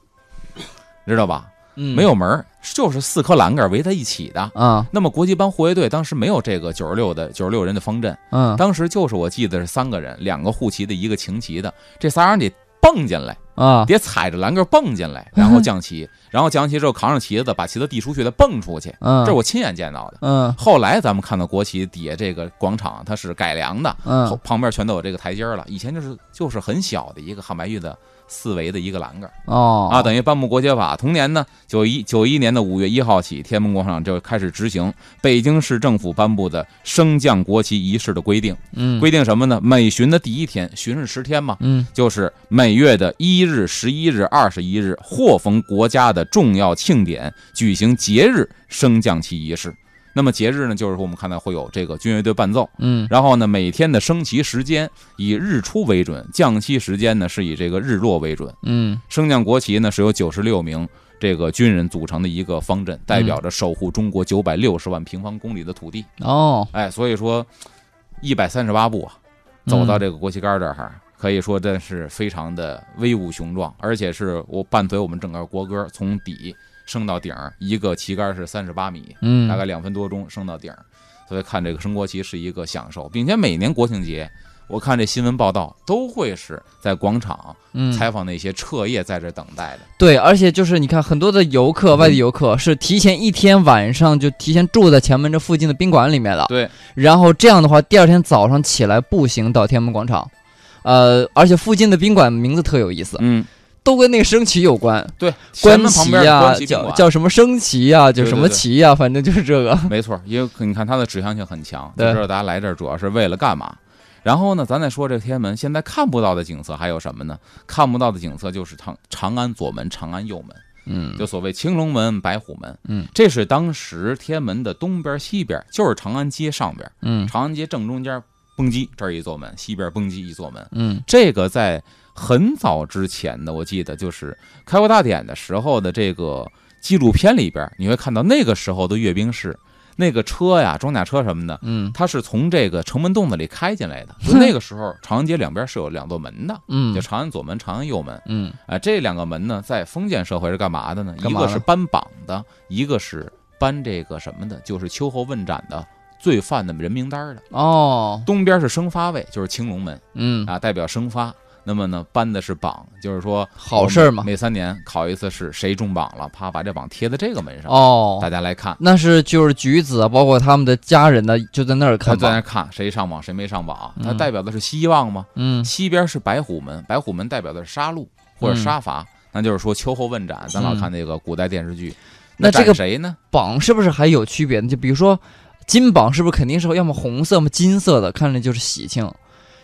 [SPEAKER 2] 知道吧？
[SPEAKER 1] 嗯，
[SPEAKER 2] 没有门儿，就是四颗栏杆围在一起的。
[SPEAKER 1] 啊
[SPEAKER 2] 那么国际班护卫队当时没有这个九十六的九十六人的方阵，
[SPEAKER 1] 嗯
[SPEAKER 2] 当时就是我记得是三个人，两个护旗的，一个擎旗的，这仨人得蹦进来，
[SPEAKER 1] 啊
[SPEAKER 2] 得踩着栏杆蹦进 来，然后降旗，然后降旗之后扛上旗子，把旗子递出去，再蹦出去，
[SPEAKER 1] 嗯，
[SPEAKER 2] 这是我亲眼见到的。
[SPEAKER 1] 嗯
[SPEAKER 2] 后来咱们看到国旗底下这个广场，它是改良的，后
[SPEAKER 1] 嗯
[SPEAKER 2] 旁边全都有这个台阶了。以前就是就是很小的一个汉白玉的四维的一个栏杆
[SPEAKER 1] 哦
[SPEAKER 2] 啊，等于颁布国旗法。同年呢，九一九一年的五月一号起，天安门广场就开始执行北京市政府颁布的升降国旗仪式的规定。
[SPEAKER 1] 嗯
[SPEAKER 2] 规定什么呢？每旬的第一天，旬是十天嘛，
[SPEAKER 1] 嗯
[SPEAKER 2] 就是每月的一日、十一日、二十一日，或逢国家的重要庆典，举行节日升降旗仪式。那么节日呢，就是我们看到会有这个军乐队伴奏，
[SPEAKER 1] 嗯
[SPEAKER 2] 然后呢，每天的升旗时间以日出为准，降旗时间呢是以这个日落为准。
[SPEAKER 1] 嗯
[SPEAKER 2] 升降国旗呢是由九十六名这个军人组成的一个方阵，代表
[SPEAKER 1] 嗯
[SPEAKER 2] 着守护中国九百六十万平方公里的土地。
[SPEAKER 1] 哦，
[SPEAKER 2] 哎，所以说一百三十八步啊，走
[SPEAKER 1] 嗯
[SPEAKER 2] 到这个国旗杆儿这儿，可以说真是非常的威武雄壮，而且是我伴随我们整个国歌从底升到顶儿，一个旗杆是三十八米，
[SPEAKER 1] 嗯
[SPEAKER 2] 大概两分多钟升到顶儿。所以看这个升国旗是一个享受，并且每年国庆节，我看这新闻报道都会是在广场
[SPEAKER 1] 嗯
[SPEAKER 2] 采访那些彻夜在这等待的。
[SPEAKER 1] 对，而且就是你看，很多的游客，外地游客是提前一天晚上就提前住在前门这附近的宾馆里面了。
[SPEAKER 2] 对，
[SPEAKER 1] 然后这样的话，第二天早上起来步行到天安门广场。呃，而且附近的宾馆名字特有意思，
[SPEAKER 2] 嗯，都
[SPEAKER 1] 都跟那个升旗有关，
[SPEAKER 2] 对，前
[SPEAKER 1] 观
[SPEAKER 2] 门旁
[SPEAKER 1] 旗
[SPEAKER 2] 边
[SPEAKER 1] 呀、
[SPEAKER 2] 关旗宾
[SPEAKER 1] 叫
[SPEAKER 2] 馆
[SPEAKER 1] 叫什么升旗呀、叫
[SPEAKER 2] 对对
[SPEAKER 1] 什么
[SPEAKER 2] 对
[SPEAKER 1] 旗呀、反正就是这个。
[SPEAKER 2] 没错，因为你看它的指向性很强，就
[SPEAKER 1] 对
[SPEAKER 2] 知道大家来这儿主要是为了干嘛。然后呢，咱再说这天安门现在看不到的景色还有什么呢？看不到的景色就是长长安左门、长安右门，
[SPEAKER 1] 嗯
[SPEAKER 2] 就所谓青龙门、白虎门。
[SPEAKER 1] 嗯，
[SPEAKER 2] 这是当时天安门的东边、西边，就是长安街上边，
[SPEAKER 1] 嗯
[SPEAKER 2] 长安街正中间，蹦极这儿一座门，西边蹦极一座门。
[SPEAKER 1] 嗯
[SPEAKER 2] 这个在很早之前的，我记得就是开国大典的时候的这个纪录片里边，你会看到那个时候的阅兵式，那个车呀、装甲车什么的，
[SPEAKER 1] 嗯
[SPEAKER 2] 它是从这个城门洞子里开进来的。就那个时候，长安街两边是有两座门的，就
[SPEAKER 1] 嗯
[SPEAKER 2] 长安左门、长安右门。
[SPEAKER 1] 嗯
[SPEAKER 2] 啊、这两个门呢，在封建社会是干嘛的呢？
[SPEAKER 1] 干
[SPEAKER 2] 一
[SPEAKER 1] 嘛呢
[SPEAKER 2] 个是搬榜的，一个是搬这个什么的，就是秋后问斩的罪犯的人名单儿的。
[SPEAKER 1] 哦
[SPEAKER 2] 东边是升发位，就是青龙门。
[SPEAKER 1] 嗯
[SPEAKER 2] 啊，代表升发。那么呢，颁的是榜，就是说
[SPEAKER 1] 好事儿嘛
[SPEAKER 2] 我们每三年考一次试，谁中榜了，啪把这榜贴在这个门上，
[SPEAKER 1] 哦，
[SPEAKER 2] 大家来看，
[SPEAKER 1] 那是就是举子啊，包括他们的家人呢，就在那儿
[SPEAKER 2] 他
[SPEAKER 1] 看
[SPEAKER 2] 在那
[SPEAKER 1] 吧。
[SPEAKER 2] 看谁上榜谁没上榜，它
[SPEAKER 1] 嗯
[SPEAKER 2] 代表的是希望嘛。
[SPEAKER 1] 嗯
[SPEAKER 2] 西边是白虎门，白虎门代表的是杀戮或者
[SPEAKER 1] 嗯
[SPEAKER 2] 杀伐，那就是说秋后问斩，咱老
[SPEAKER 1] 嗯
[SPEAKER 2] 看那个古代电视剧。
[SPEAKER 1] 那这
[SPEAKER 2] 斩
[SPEAKER 1] 个
[SPEAKER 2] 谁呢？
[SPEAKER 1] 榜是不是还有区别呢？就比如说金榜是不是肯定是要么红色，要么金色的，看着就是喜庆。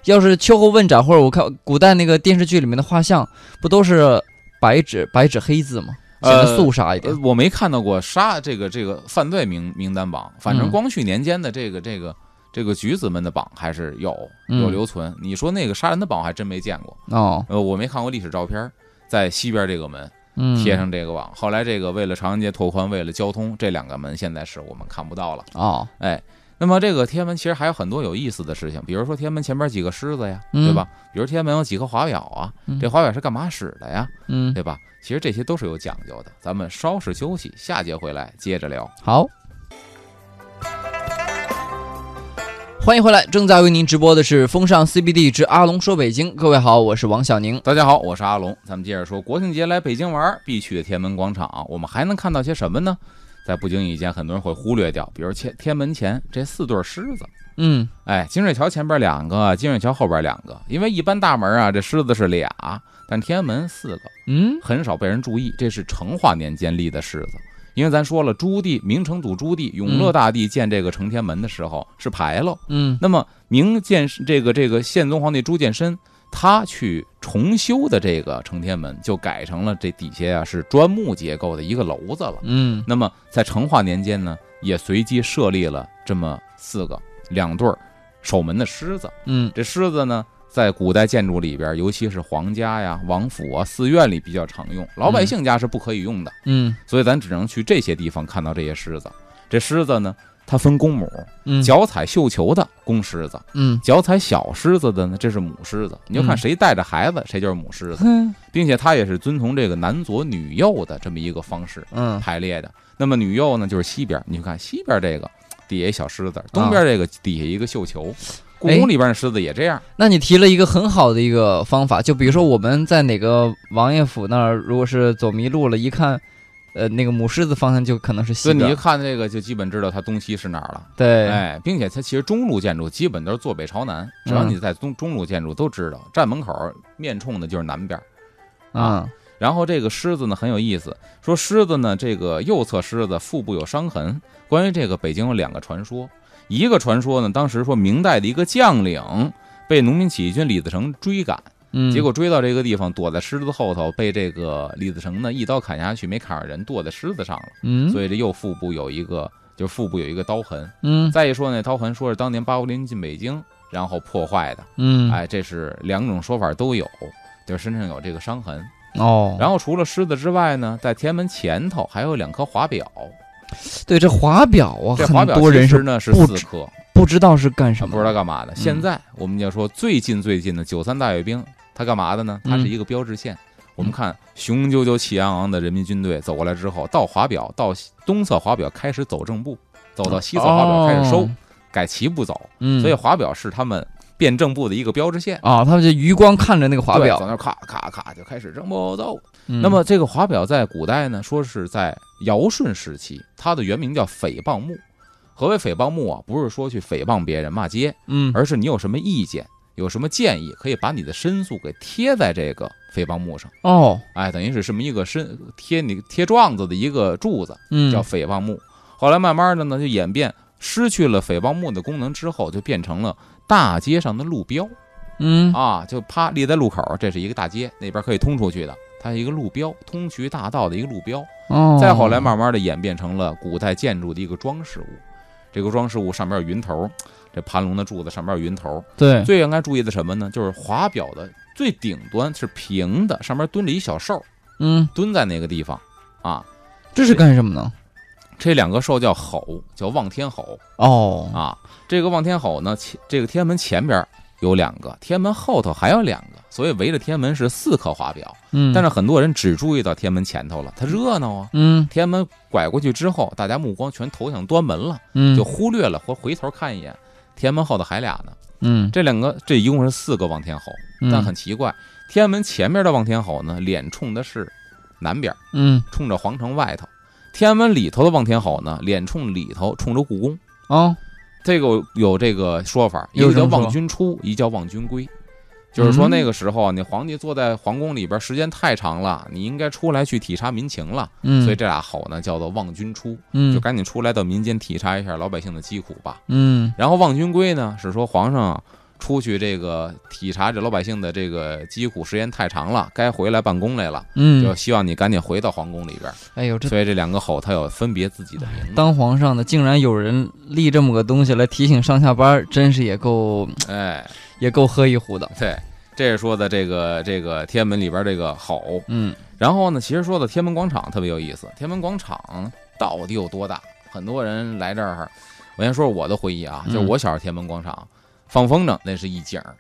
[SPEAKER 1] 要是秋后问斩，或者我看古代那个电视剧里面的画像，不都是白纸白纸黑字吗？显得肃杀一点
[SPEAKER 2] 呃，。我没看到过杀这个这个犯罪名名单榜，反正
[SPEAKER 1] 嗯
[SPEAKER 2] 光绪年间的这个这个这个举子们的榜还是有
[SPEAKER 1] 嗯
[SPEAKER 2] 有留存。你说那个杀人的榜，我还真没见过。
[SPEAKER 1] 哦，
[SPEAKER 2] 呃，我没看过历史照片儿，在西边这个门
[SPEAKER 1] 嗯，
[SPEAKER 2] 贴上这个网。后来这个为了长安街拓宽，为了交通，这两个门现在是我们看不到了。
[SPEAKER 1] 哦，
[SPEAKER 2] 哎，那么这个天安门其实还有很多有意思的事情，比如说天安门前边几个狮子呀，
[SPEAKER 1] 嗯
[SPEAKER 2] 对吧？比如天安门有几颗华表啊，
[SPEAKER 1] 嗯
[SPEAKER 2] 这华表是干嘛使的呀？
[SPEAKER 1] 嗯，
[SPEAKER 2] 对吧？其实这些都是有讲究的。咱们稍事休息，下节回来接着聊。
[SPEAKER 1] 好。欢迎回来，正在为您直播的是《风尚 CBD 之阿龙说北京》。各位好，我是王小宁。
[SPEAKER 2] 大家好，我是阿龙，咱们接着说国庆节来北京玩儿必去的天安门广场，我们还能看到些什么呢？在不经意间，很多人会忽略掉，比如天天安门前这四对狮子。
[SPEAKER 1] 嗯
[SPEAKER 2] 哎，金水桥前边两个，金水桥后边两个，因为一般大门啊，这狮子是俩，但天安门四个，
[SPEAKER 1] 嗯
[SPEAKER 2] 很少被人注意。这是成化年间立的狮子，因为咱说了，朱棣明成祖朱棣永乐大帝建这个承天门的时候是牌楼，
[SPEAKER 1] 嗯
[SPEAKER 2] 那么明建这个这个宪宗皇帝朱见深，他去重修的这个承天门就改成了这底下啊是砖木结构的一个楼子了。
[SPEAKER 1] 嗯
[SPEAKER 2] 那么在成化年间呢，也随机设立了这么四个两对儿守门的狮子。
[SPEAKER 1] 嗯
[SPEAKER 2] 这狮子呢，在古代建筑里边，尤其是皇家呀、王府啊、寺院里比较常用，老百姓家是不可以用的。
[SPEAKER 1] 嗯
[SPEAKER 2] 所以咱只能去这些地方看到这些狮子。这狮子呢，它分公母，
[SPEAKER 1] 嗯，
[SPEAKER 2] 脚踩绣球的公狮子，
[SPEAKER 1] 嗯
[SPEAKER 2] 脚踩小狮子的呢，这是母狮子。你就看
[SPEAKER 1] 嗯
[SPEAKER 2] 谁带着孩子，谁就是母狮子，
[SPEAKER 1] 哼
[SPEAKER 2] 并且它也是遵从这个男左女右的这么一个方式
[SPEAKER 1] 嗯
[SPEAKER 2] 排列的。那么女右呢，就是西边，你就看西边这个底下一小狮子，东边这个底下一个绣球。
[SPEAKER 1] 哎
[SPEAKER 2] 故宫里边的狮子也这样，
[SPEAKER 1] 那你提了一个很好的一个方法，就比如说我们在哪个王爷府那儿，如果是走迷路了，一看，呃，那个母狮子方向就可能是
[SPEAKER 2] 所
[SPEAKER 1] 西
[SPEAKER 2] 以你一
[SPEAKER 1] 边。
[SPEAKER 2] 看这个就基本知道它东西是哪儿了。
[SPEAKER 1] 对，
[SPEAKER 2] 哎，并且它其实中路建筑基本都是坐北朝南，只要
[SPEAKER 1] 嗯
[SPEAKER 2] 你在中中路建筑都知道，站门口面冲的就是南边。啊
[SPEAKER 1] 嗯
[SPEAKER 2] 然后这个狮子呢很有意思，说狮子呢这个右侧狮子腹部有伤痕。关于这个，北京有两个传说，一个传说呢，当时说明代的一个将领被农民起义军李自成追赶，
[SPEAKER 1] 嗯，
[SPEAKER 2] 结果追到这个地方，躲在狮子后头，被这个李自成呢一刀砍下去，没砍上人，剁在狮子上了，
[SPEAKER 1] 嗯
[SPEAKER 2] 所以这右腹部有一个就是腹部有一个刀痕。
[SPEAKER 1] 嗯
[SPEAKER 2] 再一说呢，刀痕说是当年八国联军进北京，然后破坏的，
[SPEAKER 1] 嗯
[SPEAKER 2] 哎，这是两种说法都有，就是身上有这个伤痕。
[SPEAKER 1] 哦，
[SPEAKER 2] 然后除了狮子之外呢，在天安门前头还有两颗华表，
[SPEAKER 1] 对这华表啊，
[SPEAKER 2] 这华
[SPEAKER 1] 哦很
[SPEAKER 2] 表
[SPEAKER 1] 多人
[SPEAKER 2] 其实
[SPEAKER 1] 是
[SPEAKER 2] 呢是
[SPEAKER 1] 不
[SPEAKER 2] 四
[SPEAKER 1] 知嗯
[SPEAKER 2] 颗，
[SPEAKER 1] 不知道是干什么
[SPEAKER 2] 不知
[SPEAKER 1] 的，
[SPEAKER 2] 道干嘛的。现在我们就说最近最近的九三大阅兵，它干嘛的呢？
[SPEAKER 1] 嗯
[SPEAKER 2] 它是一个标志线。我们看雄赳赳气昂昂的人民军队走过来之后，到华表到西东侧华表开始走正步，走到西侧华表开始收，
[SPEAKER 1] 哦
[SPEAKER 2] 改齐步走。
[SPEAKER 1] 嗯，
[SPEAKER 2] 所以华表是他们辩证部的一个标志线。
[SPEAKER 1] 啊，他们就余光看着那个华
[SPEAKER 2] 对
[SPEAKER 1] 表
[SPEAKER 2] 走，那儿咔咔咔就开始正步走。
[SPEAKER 1] 嗯
[SPEAKER 2] 那么这个华表在古代呢，说是在尧舜时期，它的原名叫诽谤木。何为诽谤木啊？不是说去诽谤别人、骂街，
[SPEAKER 1] 嗯
[SPEAKER 2] 而是你有什么意见、有什么建议，可以把你的申诉给贴在这个诽谤木上。
[SPEAKER 1] 哦
[SPEAKER 2] 哎，等于是这么一个申贴你贴状子的一个柱子，
[SPEAKER 1] 嗯
[SPEAKER 2] 叫诽谤木。后来慢慢的呢，就演变失去了诽谤木的功能之后，就变成了大街上的路标。
[SPEAKER 1] 嗯
[SPEAKER 2] 啊，就啪立在路口儿，这是一个大街，那边可以通出去的，它是一个路标，通衢大道的一个路标。
[SPEAKER 1] 哦，
[SPEAKER 2] 再后来慢慢的演变成了古代建筑的一个装饰物，这个装饰物上面有云头儿，这盘龙的柱子上面有云头儿。
[SPEAKER 1] 对
[SPEAKER 2] 最应该注意的什么呢？就是华表的最顶端是平的，上面蹲着一小兽儿，
[SPEAKER 1] 嗯，
[SPEAKER 2] 蹲在那个地方啊。
[SPEAKER 1] 这是干什么呢？
[SPEAKER 2] 这两个兽叫吼，叫望天吼
[SPEAKER 1] 哦
[SPEAKER 2] 啊。这个望天吼呢，前这个天安门前边儿有两个，天安门后头还有两个，所以围着天安门是四颗华表。
[SPEAKER 1] 嗯，
[SPEAKER 2] 但是很多人只注意到天安门前头了，它热闹啊。
[SPEAKER 1] 嗯
[SPEAKER 2] 天安门拐过去之后，大家目光全投向端门了，
[SPEAKER 1] 嗯
[SPEAKER 2] 就忽略了或回头看一眼天安门后头还俩呢。
[SPEAKER 1] 嗯，
[SPEAKER 2] 这两个，这一共是四个望天吼，
[SPEAKER 1] 嗯
[SPEAKER 2] 但很奇怪，天安门前面的望天吼呢，脸冲的是南边，
[SPEAKER 1] 嗯
[SPEAKER 2] 冲着皇城外头；天安门里头的望天吼呢，脸冲里头，冲着故宫。
[SPEAKER 1] 哦
[SPEAKER 2] 这个有这个说法，一
[SPEAKER 1] 有
[SPEAKER 2] 个
[SPEAKER 1] 什
[SPEAKER 2] 叫
[SPEAKER 1] 么说
[SPEAKER 2] 望君出，一叫望君归，就是说
[SPEAKER 1] 嗯
[SPEAKER 2] 那个时候啊，你皇帝坐在皇宫里边时间太长了，你应该出来去体察民情了，
[SPEAKER 1] 嗯，
[SPEAKER 2] 所以这俩吼呢叫做望君出，
[SPEAKER 1] 嗯
[SPEAKER 2] 就赶紧出来到民间体察一下老百姓的疾苦吧。
[SPEAKER 1] 嗯
[SPEAKER 2] 然后望君归呢是说皇上出去这个体察这老百姓的这个疾苦时间太长了，该回来办公来了，就
[SPEAKER 1] 嗯，
[SPEAKER 2] 希望你赶紧回到皇宫里边。
[SPEAKER 1] 哎呦，这
[SPEAKER 2] 所以这两个吼，它有分别自己的名字。
[SPEAKER 1] 当皇上的竟然有人立这么个东西来提醒上下班儿，真是也够
[SPEAKER 2] 哎，
[SPEAKER 1] 也够喝一壶的。
[SPEAKER 2] 对，这是说的这个这个天安门里边这个吼。
[SPEAKER 1] 嗯
[SPEAKER 2] 然后呢，其实说的天安门广场特别有意思。天安门广场到底有多大？很多人来这儿，我先说我的回忆啊，
[SPEAKER 1] 嗯
[SPEAKER 2] 就是我小时候天安门广场放风筝那是一景儿。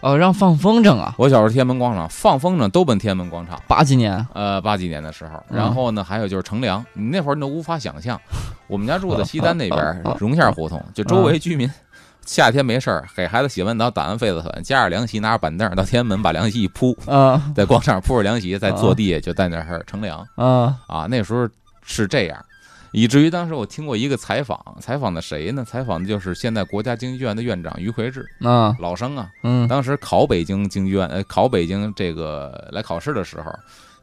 [SPEAKER 1] 哦，让放风筝啊，
[SPEAKER 2] 我小时候天安门广场放风筝都奔天安门广场。
[SPEAKER 1] 八几年
[SPEAKER 2] 呃，八几年的时候，
[SPEAKER 1] 嗯
[SPEAKER 2] 然后呢，还有就是乘凉，你那会儿你都无法想 象，我们家住的西单那边儿荣县胡同，就周围居民。夏天没事儿，给孩子洗完澡、打完痱子粉，加上凉席，拿着板凳儿到天安门，把凉席一铺，
[SPEAKER 1] 啊
[SPEAKER 2] 在广场铺着凉席，再坐地就在那儿乘凉
[SPEAKER 1] 啊，
[SPEAKER 2] 啊。那时候是这样，以至于当时我听过一个采访，采访的谁呢？采访的就是现在国家京剧院的院长于魁智
[SPEAKER 1] 那
[SPEAKER 2] 老生啊，
[SPEAKER 1] 嗯
[SPEAKER 2] 当时考北京京剧院，呃，考北京这个来考试的时候，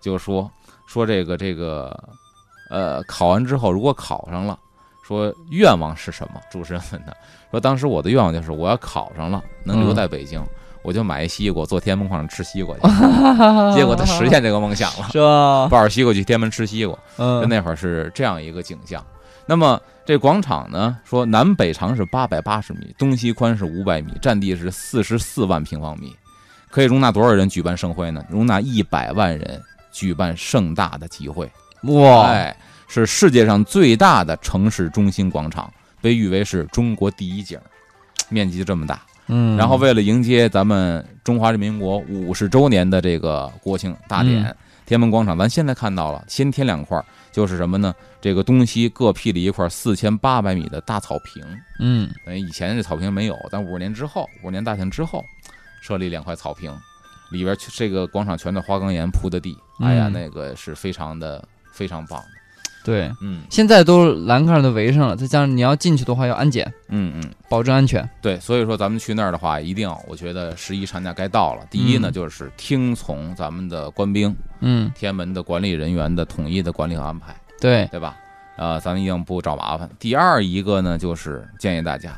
[SPEAKER 2] 就说说这个这个，呃，考完之后如果考上了，说愿望是什么？主持人问他说，当时我的愿望就是我要考上了，能留在北京，我就买一西瓜，坐天安门广场吃西瓜去。结果他实现这个梦想了，
[SPEAKER 1] 啊是 吧？
[SPEAKER 2] 抱着西瓜去天安门吃西瓜。就
[SPEAKER 1] 嗯
[SPEAKER 2] 那会儿是这样一个景象。那么这广场呢，说南北长是八百八十米，东西宽是五百米，占地是四十四万平方米，可以容纳多少人举办盛会呢？容纳一百万人举办盛大的集会。
[SPEAKER 1] 哇，
[SPEAKER 2] 哎，是世界上最大的城市中心广场，被誉为是中国第一景儿，面积就这么大。
[SPEAKER 1] 嗯，
[SPEAKER 2] 然后为了迎接咱们中华人民国五十周年的这个国庆大典，
[SPEAKER 1] 嗯
[SPEAKER 2] 天安门广场咱现在看到了，先添两块儿，就是什么呢？这个东西各辟了一块四千八百米的大草坪，
[SPEAKER 1] 嗯
[SPEAKER 2] 等于以前这草坪没有，但五十年之后，五十年大庆之后，设立两块草坪，里边去这个广场全是花岗岩铺的地，哎呀，
[SPEAKER 1] 嗯
[SPEAKER 2] 那个是非常的非常棒的，
[SPEAKER 1] 对，
[SPEAKER 2] 嗯
[SPEAKER 1] 现在都栏杆儿都围上了，再加上你要进去的话要安检，
[SPEAKER 2] 嗯嗯。
[SPEAKER 1] 保证安全。
[SPEAKER 2] 对，所以说咱们去那儿的话，一定要，我觉得十一长假该到了。第一呢，
[SPEAKER 1] 嗯
[SPEAKER 2] 就是听从咱们的官兵、
[SPEAKER 1] 嗯，
[SPEAKER 2] 天安门的管理人员的统一的管理和安排，
[SPEAKER 1] 对，
[SPEAKER 2] 对吧？呃，咱们一定不找麻烦。第二一个呢，就是建议大家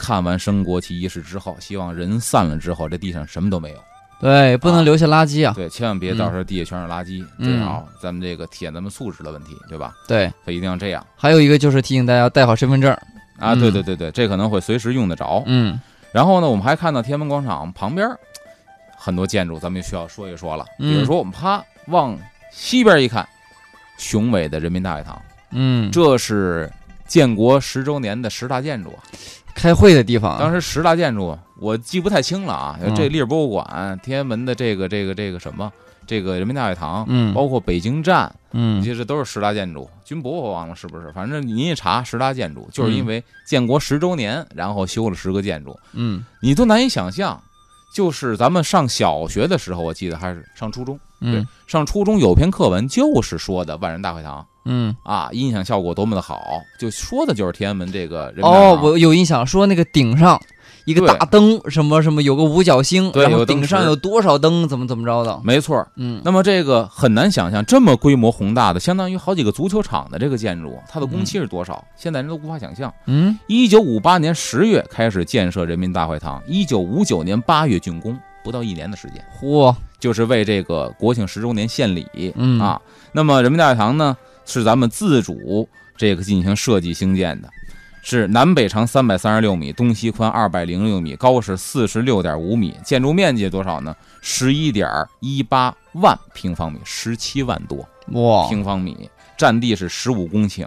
[SPEAKER 2] 看完升国旗仪式之后，希望人散了之后，这地上什么都没有。
[SPEAKER 1] 对，不
[SPEAKER 2] 啊
[SPEAKER 1] 能留下垃圾啊。
[SPEAKER 2] 对，千万别
[SPEAKER 1] 嗯
[SPEAKER 2] 到时候地下全是垃圾，
[SPEAKER 1] 嗯
[SPEAKER 2] 这样咱们这个体现咱们素质的问题，对吧？
[SPEAKER 1] 对，
[SPEAKER 2] 所以一定要这样
[SPEAKER 1] 还有一个就是提醒大家带好身份证儿。
[SPEAKER 2] 啊！
[SPEAKER 1] 嗯
[SPEAKER 2] 对对对对，这可能会随时用得着。
[SPEAKER 1] 嗯
[SPEAKER 2] 然后呢，我们还看到天安门广场旁边儿很多建筑，咱们就需要说一说了。
[SPEAKER 1] 嗯
[SPEAKER 2] 比如说，我们啪往西边一看，雄伟的人民大会堂，
[SPEAKER 1] 嗯，
[SPEAKER 2] 这是建国十周年的十大建筑啊。
[SPEAKER 1] 开会的地方啊。
[SPEAKER 2] 当时十大建筑我记不太清了啊，
[SPEAKER 1] 嗯
[SPEAKER 2] 这历史博物馆、天安门的这个这个这个什么，这个人民大会堂。
[SPEAKER 1] 嗯
[SPEAKER 2] 包括北京站，
[SPEAKER 1] 嗯
[SPEAKER 2] 其实都是十大建筑。军博我忘了是不是，反正您一查十大建筑，就是因为建国十周年，然后修了十个建筑。
[SPEAKER 1] 嗯
[SPEAKER 2] 你都难以想象，就是咱们上小学的时候，我记得还是上初中，对
[SPEAKER 1] 嗯，
[SPEAKER 2] 上初中有篇课文就是说的万人大会堂
[SPEAKER 1] 嗯。
[SPEAKER 2] 啊，音响效果多么的好，就说的就是天安门这个人民大会
[SPEAKER 1] 哦，
[SPEAKER 2] 堂
[SPEAKER 1] 我有印象，说那个顶上一个
[SPEAKER 2] 对
[SPEAKER 1] 大灯，什么什么有个五角星，
[SPEAKER 2] 对
[SPEAKER 1] 然
[SPEAKER 2] 有
[SPEAKER 1] 后
[SPEAKER 2] 个灯
[SPEAKER 1] 顶上
[SPEAKER 2] 池
[SPEAKER 1] 有多少灯，怎么怎么着的。
[SPEAKER 2] 没错儿。
[SPEAKER 1] 嗯
[SPEAKER 2] 那么这个很难想象，这么规模宏大的，相当于好几个足球场的这个建筑，它的工期是多少？现在人都无法想象。
[SPEAKER 1] 嗯，
[SPEAKER 2] 一九五八年十月开始建设人民大会堂，一九五九年八月竣工，不到一年的时间。
[SPEAKER 1] 嚯，
[SPEAKER 2] 就是为这个国庆十周年献礼、
[SPEAKER 1] 嗯
[SPEAKER 2] 啊。那么人民大会堂呢，是咱们自主这个进行设计兴建的，是南北长三百三十六米，东西宽二百零六米，高是四十六点五米，建筑面积多少呢？十一点一八万平方米，十七万多
[SPEAKER 1] 哇，
[SPEAKER 2] 平方米，占地是十五公顷，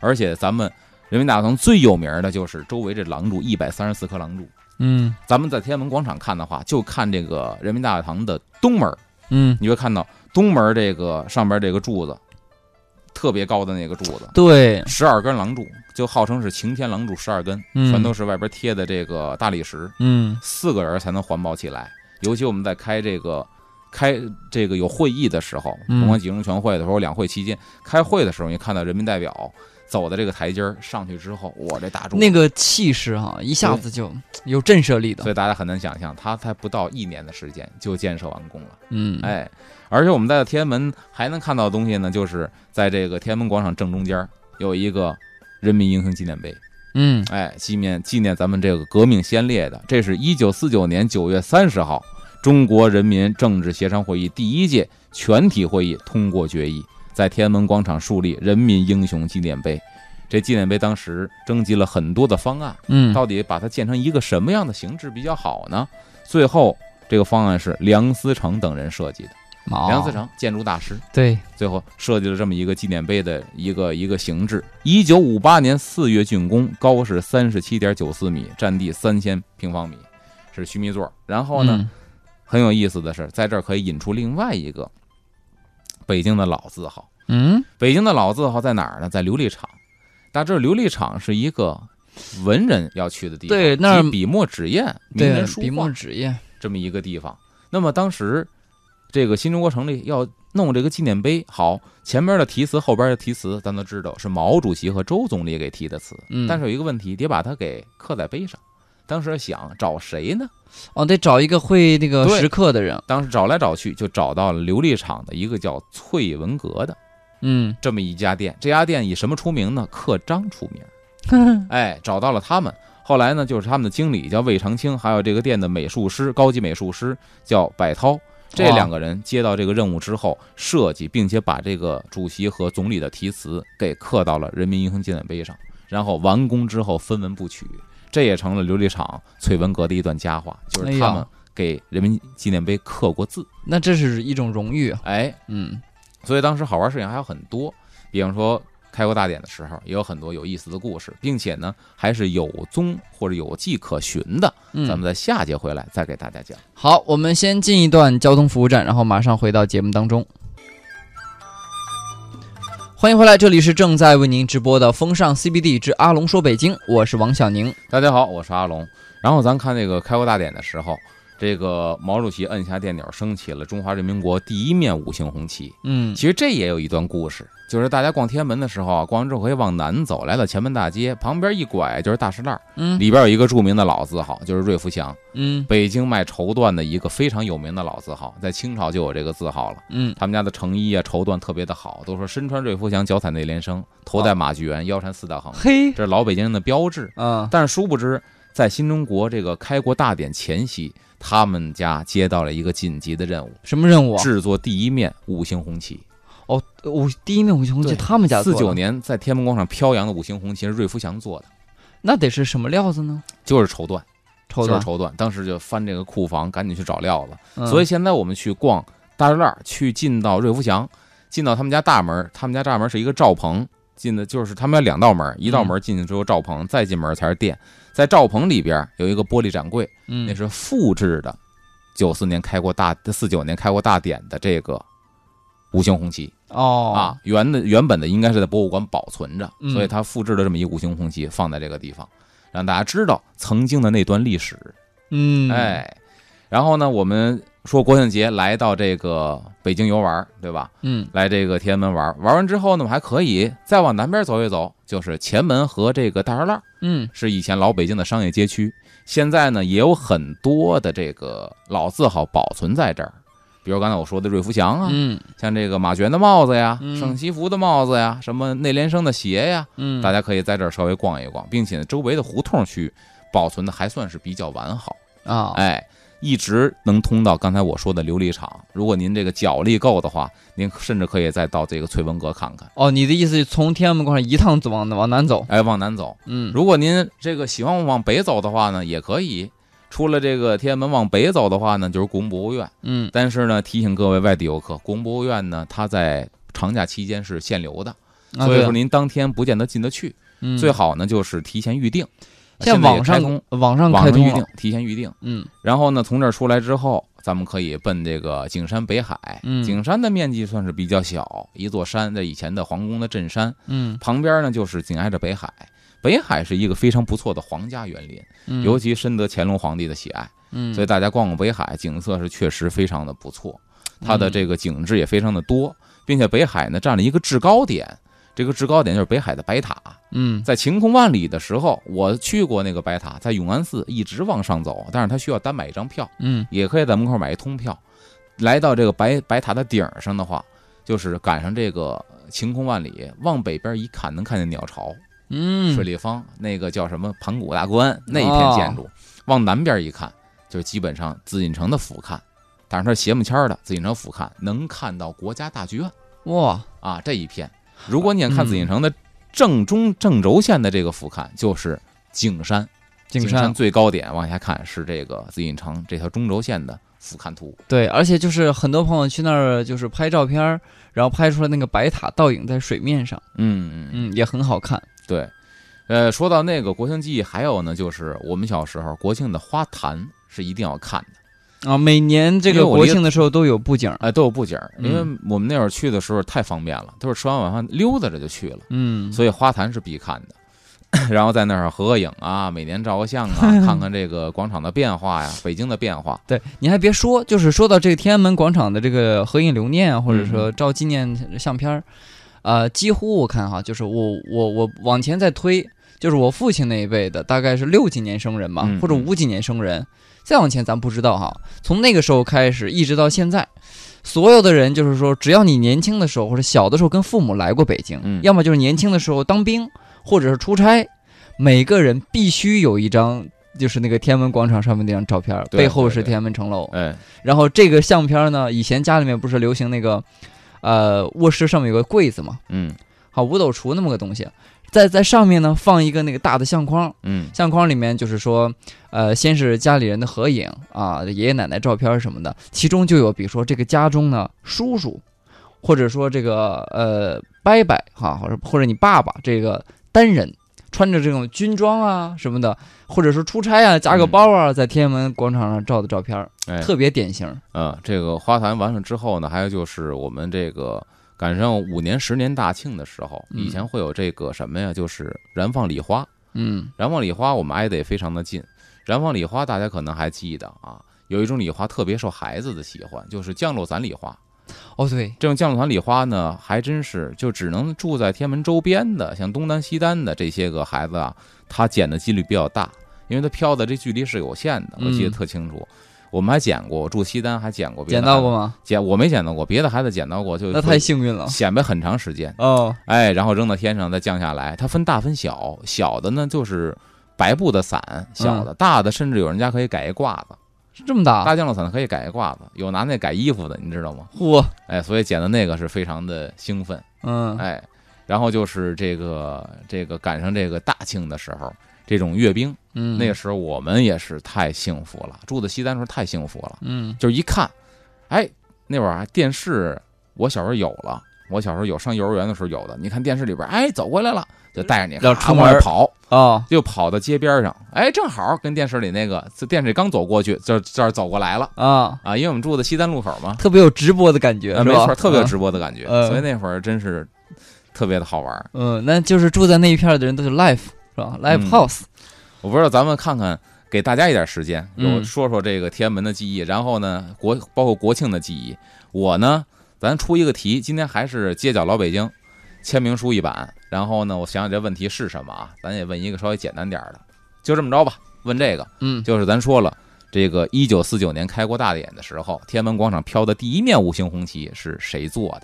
[SPEAKER 2] 而且咱们。人民大会堂最有名的就是周围这廊柱，一百三十四棵廊柱。
[SPEAKER 1] 嗯
[SPEAKER 2] 咱们在天安门广场看的话，就看这个人民大会堂的东门，
[SPEAKER 1] 嗯，
[SPEAKER 2] 你会看到东门这个上边这个柱子，特别高的那个柱子，
[SPEAKER 1] 对，
[SPEAKER 2] 十二根廊柱，就号称是擎天廊柱十二根，
[SPEAKER 1] 嗯
[SPEAKER 2] 全都是外边贴的这个大理石，
[SPEAKER 1] 嗯
[SPEAKER 2] 四个人才能环抱起来。尤其我们在开这个开这个有会议的时候，
[SPEAKER 1] 嗯
[SPEAKER 2] 甭管几中全会的时候，两会期间开会的时候，你看到人民代表走的这个台阶儿上去之后，哇，这大柱子
[SPEAKER 1] 那个气势哈、一下子就有震慑力
[SPEAKER 2] 所
[SPEAKER 1] 的。
[SPEAKER 2] 以大家很难想象，它才不到一年的时间就建设完工了。
[SPEAKER 1] 嗯，，
[SPEAKER 2] 哎，而且我们在天安门还能看到的东西呢，就是在这个天安门广场正中间儿有一个人民英雄纪念碑，
[SPEAKER 1] 嗯
[SPEAKER 2] 哎，纪念纪念咱们这个革命先烈的。这是一九四九年九月三十号，中国人民政治协商会议第一届全体会议通过决议，在天安门广场树立人民英雄纪念碑。这纪念碑当时征集了很多的方案，
[SPEAKER 1] 嗯，
[SPEAKER 2] 到底把它建成一个什么样的形制比较好呢？最后这个方案是梁思成等人设计的，
[SPEAKER 1] 哦
[SPEAKER 2] 梁思成建筑大师。
[SPEAKER 1] 对，
[SPEAKER 2] 最后设计了这么一个纪念碑的一个一个形制。一九五八年四月竣工，高是三十七点九四米，占地三千平方米，是须弥座。然后呢，
[SPEAKER 1] 嗯
[SPEAKER 2] 很有意思的是，在这儿可以引出另外一个北京的老字号。
[SPEAKER 1] 嗯
[SPEAKER 2] 北京的老字号在哪儿呢？在琉璃厂。大家知道琉璃厂是一个文人要去的地方，
[SPEAKER 1] 对那儿
[SPEAKER 2] 集笔墨纸砚、名
[SPEAKER 1] 对
[SPEAKER 2] 人，书
[SPEAKER 1] 笔
[SPEAKER 2] 画
[SPEAKER 1] 墨纸砚，
[SPEAKER 2] 这么一个地方。那么当时这个新中国成立要弄这个纪念碑，好，前边的题词，后边的题词，咱都知道是毛主席和周总理给题的词，
[SPEAKER 1] 嗯，
[SPEAKER 2] 但是有一个问题，得把它给刻在碑上。当时想找谁呢？
[SPEAKER 1] 哦，得找一个会那个
[SPEAKER 2] 对
[SPEAKER 1] 石刻的人，
[SPEAKER 2] 当时找来找去，就找到了琉璃厂的一个叫翠文阁的
[SPEAKER 1] 嗯
[SPEAKER 2] 这么一家店。这家店以什么出名呢？刻章出名。哎，找到了他们。后来呢，就是他们的经理叫魏长青，还有这个店的美术师，高级美术师叫柏涛。这
[SPEAKER 1] 哇
[SPEAKER 2] 两个人接到这个任务之后，设计并且把这个主席和总理的题词给刻到了人民英雄纪念碑上，然后完工之后分文不取，这也成了琉璃厂翠文阁的一段佳话，就
[SPEAKER 1] 哎
[SPEAKER 2] 是
[SPEAKER 1] 呀
[SPEAKER 2] 他们给人民纪念碑刻过字。
[SPEAKER 1] 那这是一种荣誉，
[SPEAKER 2] 哎，
[SPEAKER 1] 嗯
[SPEAKER 2] 所以当时好玩事情还有很多，比方说开国大典的时候，也有很多有意思的故事，并且呢还是有踪或者有迹可循的。
[SPEAKER 1] 嗯，
[SPEAKER 2] 咱们在下节回来再给大家讲。
[SPEAKER 1] 好，我们先进一段交通服务站，然后马上回到节目当中。欢迎回来，这里是正在为您直播的《风尚 CBD 之阿龙说北京》，我是王小宁。
[SPEAKER 2] 大家好，我是阿龙。然后咱看这个开国大典的时候，这个毛主席摁下电钮，升起了中华人民国第一面五星红旗。
[SPEAKER 1] 嗯
[SPEAKER 2] 其实这也有一段故事，就是大家逛天安门的时候啊，逛完之后可以往南走，来到前门大街旁边一拐就是大石栏儿，
[SPEAKER 1] 嗯
[SPEAKER 2] 里边有一个著名的老字号，就是瑞福祥。
[SPEAKER 1] 嗯
[SPEAKER 2] 北京卖绸缎的一个非常有名的老字号，在清朝就有这个字号了。
[SPEAKER 1] 嗯，
[SPEAKER 2] 他们家的成衣啊、绸缎特别的好，都说身穿瑞服祥，脚踩内联升，头戴马具圆，腰缠四大横，
[SPEAKER 1] 嘿，
[SPEAKER 2] 这是老北京人的标志。
[SPEAKER 1] 啊，
[SPEAKER 2] 但是殊不知，在新中国这个开国大典前夕，他们家接到了一个紧急的任务，
[SPEAKER 1] 什么任务啊？
[SPEAKER 2] 制作第一面五星红旗。
[SPEAKER 1] 哦，我第一面五星红旗
[SPEAKER 2] 对
[SPEAKER 1] 他们家做
[SPEAKER 2] 四
[SPEAKER 1] 的
[SPEAKER 2] 九，年在天安门广场飘扬的五星红旗是瑞福祥做的，
[SPEAKER 1] 那得是什么料子呢？
[SPEAKER 2] 就是绸缎，
[SPEAKER 1] 抽
[SPEAKER 2] 就
[SPEAKER 1] 的
[SPEAKER 2] 是，绸缎。当时就翻这个库房，赶紧去找料子。
[SPEAKER 1] 嗯
[SPEAKER 2] 所以现在我们去逛大栅栏，去进到瑞福祥，进到他们家大门，他们家大门是一个罩棚，进的就是他们家两道门，一道门进去之后罩棚，再进门才是店。在罩棚里边有一个玻璃展柜，
[SPEAKER 1] 嗯，
[SPEAKER 2] 那是复制的九四年开国大四九年开国大典的这个五星红旗
[SPEAKER 1] 哦
[SPEAKER 2] 啊，，原的原本的应该是在博物馆保存着，
[SPEAKER 1] 嗯
[SPEAKER 2] 所以它复制了这么一个五星红旗放在这个地方，让大家知道曾经的那段历史。
[SPEAKER 1] 嗯，，
[SPEAKER 2] 哎，然后呢，我们说国庆节来到这个北京游玩儿，对吧？
[SPEAKER 1] 嗯
[SPEAKER 2] 来这个天安门玩儿，玩完之后呢，我们还可以再往南边走一走，就是前门和这个大栅栏，
[SPEAKER 1] 嗯
[SPEAKER 2] 是以前老北京的商业街区，现在呢也有很多的这个老字号保存在这儿。比如刚才我说的瑞福祥啊，
[SPEAKER 1] 嗯
[SPEAKER 2] 像这个马娟的帽子呀、
[SPEAKER 1] 嗯
[SPEAKER 2] 盛西服的帽子呀、什么内联升的鞋呀，
[SPEAKER 1] 嗯，
[SPEAKER 2] 大家可以在这儿稍微逛一逛，并且周围的胡同区保存的还算是比较完好。
[SPEAKER 1] 啊，
[SPEAKER 2] 哎，一直能通到刚才我说的琉璃厂。如果您这个脚力够的话，您甚至可以再到这个翠文阁看看。
[SPEAKER 1] 哦，你的意思是从天安门广场一趟走往往南走？
[SPEAKER 2] 哎，往南走。
[SPEAKER 1] 嗯，
[SPEAKER 2] 如果您这个喜欢往北走的话呢，也可以。出了这个天安门往北走的话呢，就是故宫博物院。
[SPEAKER 1] 嗯
[SPEAKER 2] 但是呢，提醒各位外地游客，故宫博物院呢，它在长假期间是限流的，
[SPEAKER 1] 啊
[SPEAKER 2] 所以
[SPEAKER 1] 对
[SPEAKER 2] 说您当天不见得进得去。
[SPEAKER 1] 嗯
[SPEAKER 2] 最好呢，就是提前预定。
[SPEAKER 1] 现在
[SPEAKER 2] 在也
[SPEAKER 1] 网
[SPEAKER 2] 开
[SPEAKER 1] 上
[SPEAKER 2] 通
[SPEAKER 1] 网上
[SPEAKER 2] 网
[SPEAKER 1] 开
[SPEAKER 2] 上
[SPEAKER 1] 通
[SPEAKER 2] 预
[SPEAKER 1] 了
[SPEAKER 2] 定，提前预定。
[SPEAKER 1] 嗯
[SPEAKER 2] 然后呢，从这儿出来之后，咱们可以奔这个景山北海。
[SPEAKER 1] 嗯
[SPEAKER 2] 景山的面积算是比较小，一座山，在以前的皇宫的镇山
[SPEAKER 1] 嗯
[SPEAKER 2] 旁边呢，就是紧挨着北海。北海是一个非常不错的皇家园林，
[SPEAKER 1] 嗯，
[SPEAKER 2] 尤其深得乾隆皇帝的喜爱，
[SPEAKER 1] 嗯，
[SPEAKER 2] 所以大家逛逛北海，景色是确实非常的不错，
[SPEAKER 1] 嗯
[SPEAKER 2] 它的这个景致也非常的多，并且北海呢占了一个制高点，这个制高点就是北海的白塔。
[SPEAKER 1] 嗯
[SPEAKER 2] 在晴空万里的时候，我去过那个白塔，在永安寺一直往上走，但是它需要单买一张票，
[SPEAKER 1] 嗯
[SPEAKER 2] 也可以在门口买一通票。来到这个白白塔的顶儿上的话，就是赶上这个晴空万里，往北边一看能看见鸟巢，
[SPEAKER 1] 嗯嗯，哦
[SPEAKER 2] 水立方那个叫什么盘古大观那一片建筑，往南边一看，就基本上紫禁城的俯瞰，但是它是斜木签儿的，紫禁城俯瞰能看到国家大剧院
[SPEAKER 1] 哇，
[SPEAKER 2] 啊这一片。如果你想看紫禁城的正中正轴线的这个俯瞰，就是景山，
[SPEAKER 1] 景
[SPEAKER 2] 山
[SPEAKER 1] 山
[SPEAKER 2] 最高点往下看是这个紫禁城这条中轴线的俯瞰图。
[SPEAKER 1] 对，而且就是很多朋友去那儿就是拍照片儿，然后拍出来那个白塔倒影在水面上，
[SPEAKER 2] 嗯嗯，
[SPEAKER 1] 嗯，也很好看。
[SPEAKER 2] 对。呃，说到那个国庆记忆，还有呢，就是我们小时候国庆的花坛是一定要看的。
[SPEAKER 1] 啊，每年这
[SPEAKER 2] 因为
[SPEAKER 1] 个
[SPEAKER 2] 我
[SPEAKER 1] 国
[SPEAKER 2] 离
[SPEAKER 1] 庆的时候都有布景儿，
[SPEAKER 2] 哎，都有布景儿，因为
[SPEAKER 1] 嗯
[SPEAKER 2] 我们那会儿去的时候太方便了，都是吃完晚饭溜达着就去了，
[SPEAKER 1] 嗯，
[SPEAKER 2] 所以花坛是必看的。 然后在那儿合合影啊，每年照个相 啊，看看这个广场的变化呀，北京的变化。
[SPEAKER 1] 对，你还别说，就是说到这个天安门广场的这个合影留念啊，或者
[SPEAKER 2] 嗯
[SPEAKER 1] 说照纪念相片儿，呃，几乎我看哈，就是我我我往前再推，就是我父亲那一辈的，大概是六几年生人吧
[SPEAKER 2] 嗯，
[SPEAKER 1] 或者五几年生人，再往前咱不知道哈。从那个时候开始，一直到现在，所有的人就是说，只要你年轻的时候或者小的时候跟父母来过北京，
[SPEAKER 2] 嗯
[SPEAKER 1] 要么就是年轻的时候当兵，或者是出差，每个人必须有一张。就是那个天安门广场上面那张照片儿，
[SPEAKER 2] 对
[SPEAKER 1] 背后
[SPEAKER 2] 对
[SPEAKER 1] 是
[SPEAKER 2] 对
[SPEAKER 1] 天安门城楼，
[SPEAKER 2] 哎，
[SPEAKER 1] 然后这个相片呢，以前家里面不是流行那个，呃，卧室上面有个柜子嘛，
[SPEAKER 2] 嗯
[SPEAKER 1] 好五斗橱那么个东西，在在上面呢放一个那个大的相框，
[SPEAKER 2] 嗯
[SPEAKER 1] 相框里面就是说，呃，先是家里人的合影啊，爷爷奶奶照片什么的，其中就有比如说这个家中呢叔叔，或者说这个呃伯伯哈，或者或者你爸爸这个单人。穿着这种军装啊什么的，或者说出差啊夹个包啊，在天安门广场上照的照片儿，
[SPEAKER 2] 哎，
[SPEAKER 1] 特别典型。
[SPEAKER 2] 呃，这个花坛完了之后呢，还有就是我们这个赶上五年、十年大庆的时候，
[SPEAKER 1] 嗯
[SPEAKER 2] 以前会有这个什么呀，就是燃放礼花。
[SPEAKER 1] 嗯，
[SPEAKER 2] 燃放礼花我们挨得也非常的近。燃放礼花大家可能还记得啊，有一种礼花特别受孩子的喜欢，就是降落伞礼花。
[SPEAKER 1] 哦对，
[SPEAKER 2] 这种降落伞礼花呢，还真是就只能住在天安门周边的，像东单、西单的这些个孩子啊，他捡的几率比较大，因为他飘的这距离是有限的，我记得
[SPEAKER 1] 嗯
[SPEAKER 2] 特清楚。我们还捡过，我住西单还捡过别的
[SPEAKER 1] 捡
[SPEAKER 2] 孩
[SPEAKER 1] 到
[SPEAKER 2] 子，
[SPEAKER 1] 过吗？
[SPEAKER 2] 捡我没捡到过，别的孩子捡到过就
[SPEAKER 1] 那太幸运了
[SPEAKER 2] 显摆很长时间。
[SPEAKER 1] 哦。
[SPEAKER 2] 哎，然后扔到天上再降下来，它分大分小，小的呢就是白布的伞，小
[SPEAKER 1] 嗯
[SPEAKER 2] 的，大的甚至有人家可以改一褂子，
[SPEAKER 1] 是这么大，
[SPEAKER 2] 大降落伞可以改一褂子，有拿那改衣服的，你知道吗？
[SPEAKER 1] 嚯，
[SPEAKER 2] 哎，所以捡的那个是非常的兴奋，
[SPEAKER 1] 嗯，
[SPEAKER 2] 哎，然后就是这个这个赶上这个大庆的时候，这种阅兵，
[SPEAKER 1] 嗯，
[SPEAKER 2] 那个，时候我们也是太幸福了，住的西单时候太幸福了，
[SPEAKER 1] 嗯，
[SPEAKER 2] 就是一看，哎，那会儿啊电视我小时候有了，我小时候有上幼儿园的时候有的。你看电视里边，哎，走过来了，就带着你
[SPEAKER 1] 要
[SPEAKER 2] 咔
[SPEAKER 1] 出
[SPEAKER 2] 往外
[SPEAKER 1] 门
[SPEAKER 2] 跑，
[SPEAKER 1] 哦，
[SPEAKER 2] 就跑到街边上，哎，正好跟电视里那个，这电视里刚走过去，这这儿走过来了
[SPEAKER 1] 啊，
[SPEAKER 2] 啊，因为我们住的西单路口嘛，
[SPEAKER 1] 特别有直播的感觉，
[SPEAKER 2] 啊，
[SPEAKER 1] 是
[SPEAKER 2] 没
[SPEAKER 1] 吧
[SPEAKER 2] 错，特别有直播的感觉，
[SPEAKER 1] 嗯
[SPEAKER 2] 所以那会儿真是特别的好玩儿。
[SPEAKER 1] 嗯，嗯那就是住在那一片儿的人都是 live 是吧？live
[SPEAKER 2] 嗯
[SPEAKER 1] house，
[SPEAKER 2] 我不知道咱们看看，给大家一点时间，
[SPEAKER 1] 嗯
[SPEAKER 2] 有说说这个天安门的记忆，然后呢，国包括国庆的记忆。我呢，咱出一个题，今天还是街角老北京，签名书一版。然后呢，我想想这问题是什么啊？咱也问一个稍微简单点儿的，就这么着吧。问这个，
[SPEAKER 1] 嗯，
[SPEAKER 2] 就是咱说了，这个一九四九年开国大典的时候，天安门广场飘的第一面五星红旗是谁做的？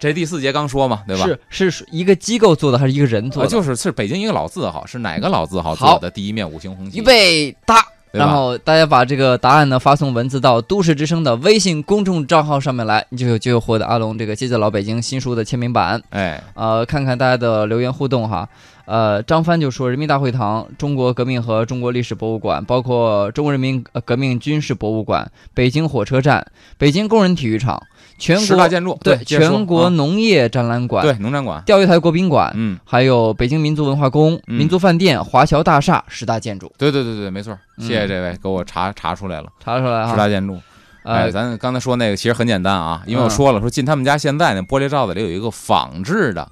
[SPEAKER 2] 这第四节刚说嘛，对吧？
[SPEAKER 1] 是是一个机构做的还是一个人做
[SPEAKER 2] 啊，
[SPEAKER 1] 的？
[SPEAKER 2] 就是是北京一个老字号，是哪个老字号做
[SPEAKER 1] 好
[SPEAKER 2] 的第一面五星红旗？
[SPEAKER 1] 预备打。
[SPEAKER 2] 对吧
[SPEAKER 1] 然后大家把这个答案呢发送文字到都市之声的微信公众账号上面来，你就有就有获得阿龙这个《谢谢老北京》新书的签名版。
[SPEAKER 2] 哎，
[SPEAKER 1] 呃，看看大家的留言互动哈。呃，张帆就说，人民大会堂、中国革命和中国历史博物馆，包括中国人民呃革命军事博物馆、北京火车站、北京工人体育场、全
[SPEAKER 2] 十大
[SPEAKER 1] 国
[SPEAKER 2] 建筑，
[SPEAKER 1] 对
[SPEAKER 2] 接着嗯说
[SPEAKER 1] 全国
[SPEAKER 2] 啊
[SPEAKER 1] 农业展览馆、
[SPEAKER 2] 对农展馆，
[SPEAKER 1] 钓鱼台国宾馆，
[SPEAKER 2] 嗯，
[SPEAKER 1] 还有北京民族文化宫、
[SPEAKER 2] 嗯
[SPEAKER 1] 民族饭店、华侨大厦十大建筑，
[SPEAKER 2] 对对对对，没错，
[SPEAKER 1] 嗯啊
[SPEAKER 2] 谢谢这位给我查查出来了，
[SPEAKER 1] 查出来
[SPEAKER 2] 十
[SPEAKER 1] 哈。
[SPEAKER 2] 大建筑。哎，
[SPEAKER 1] 呃，
[SPEAKER 2] 咱刚才说那个其实很简单啊，因为我
[SPEAKER 1] 嗯
[SPEAKER 2] 说了，说进他们家现在那玻璃罩子里有一个仿制的，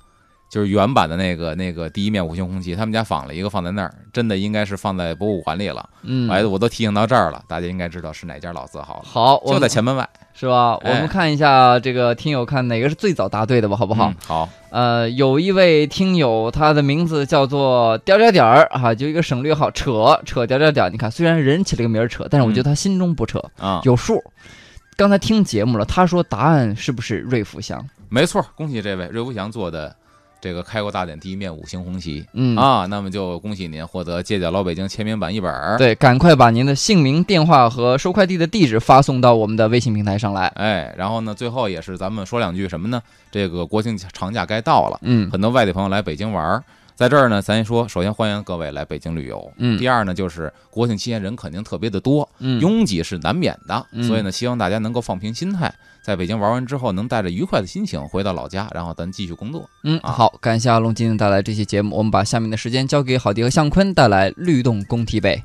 [SPEAKER 2] 就是原版的那个那个第一面五星红旗，他们家仿了一个放在那儿，真的应该是放在博物馆里了。
[SPEAKER 1] 嗯，
[SPEAKER 2] 哎，我都提醒到这儿了，大家应该知道是哪家老字号了，
[SPEAKER 1] 好，我
[SPEAKER 2] 就在
[SPEAKER 1] 们
[SPEAKER 2] 前门外，
[SPEAKER 1] 是吧？我
[SPEAKER 2] 哎
[SPEAKER 1] 们看一下这个听友看哪个是最早答对的吧，好不好
[SPEAKER 2] 嗯？好，
[SPEAKER 1] 呃，有一位听友，他的名字叫做点儿点儿点儿啊，就一个省略号，扯扯点儿点儿点儿。你看，虽然人起了个名儿扯，但是我觉得他心中不扯，
[SPEAKER 2] 啊，
[SPEAKER 1] 有数。刚才听节目了，他说答案是不是瑞福祥？
[SPEAKER 2] 没错，恭喜这位瑞福祥做的这个开国大典第一面五星红旗
[SPEAKER 1] 嗯，
[SPEAKER 2] 啊，那么就恭喜您获得《街角老北京》签名版一本儿。
[SPEAKER 1] 啊对，赶快把您的姓名、电话和收快递的地址发送到我们的微信平台上来。
[SPEAKER 2] 哎，然后呢，最后也是咱们说两句什么呢？这个国庆长假该到了，
[SPEAKER 1] 嗯
[SPEAKER 2] 很多外地朋友来北京玩儿，在这儿呢，咱先说，首先欢迎各位来北京旅游。
[SPEAKER 1] 嗯
[SPEAKER 2] 第二呢，就是国庆期间人肯定特别的多，
[SPEAKER 1] 嗯，
[SPEAKER 2] 拥挤是难免的，
[SPEAKER 1] 嗯
[SPEAKER 2] 所以呢，希望大家能够放平心态，在北京玩完之后，能带着愉快的心情回到老家，然后咱继续工作。
[SPEAKER 1] 嗯，
[SPEAKER 2] 啊
[SPEAKER 1] 好，感谢阿龙今天带来这期节目，我们把下面的时间交给郝迪和向坤带来《律动宫廷杯》。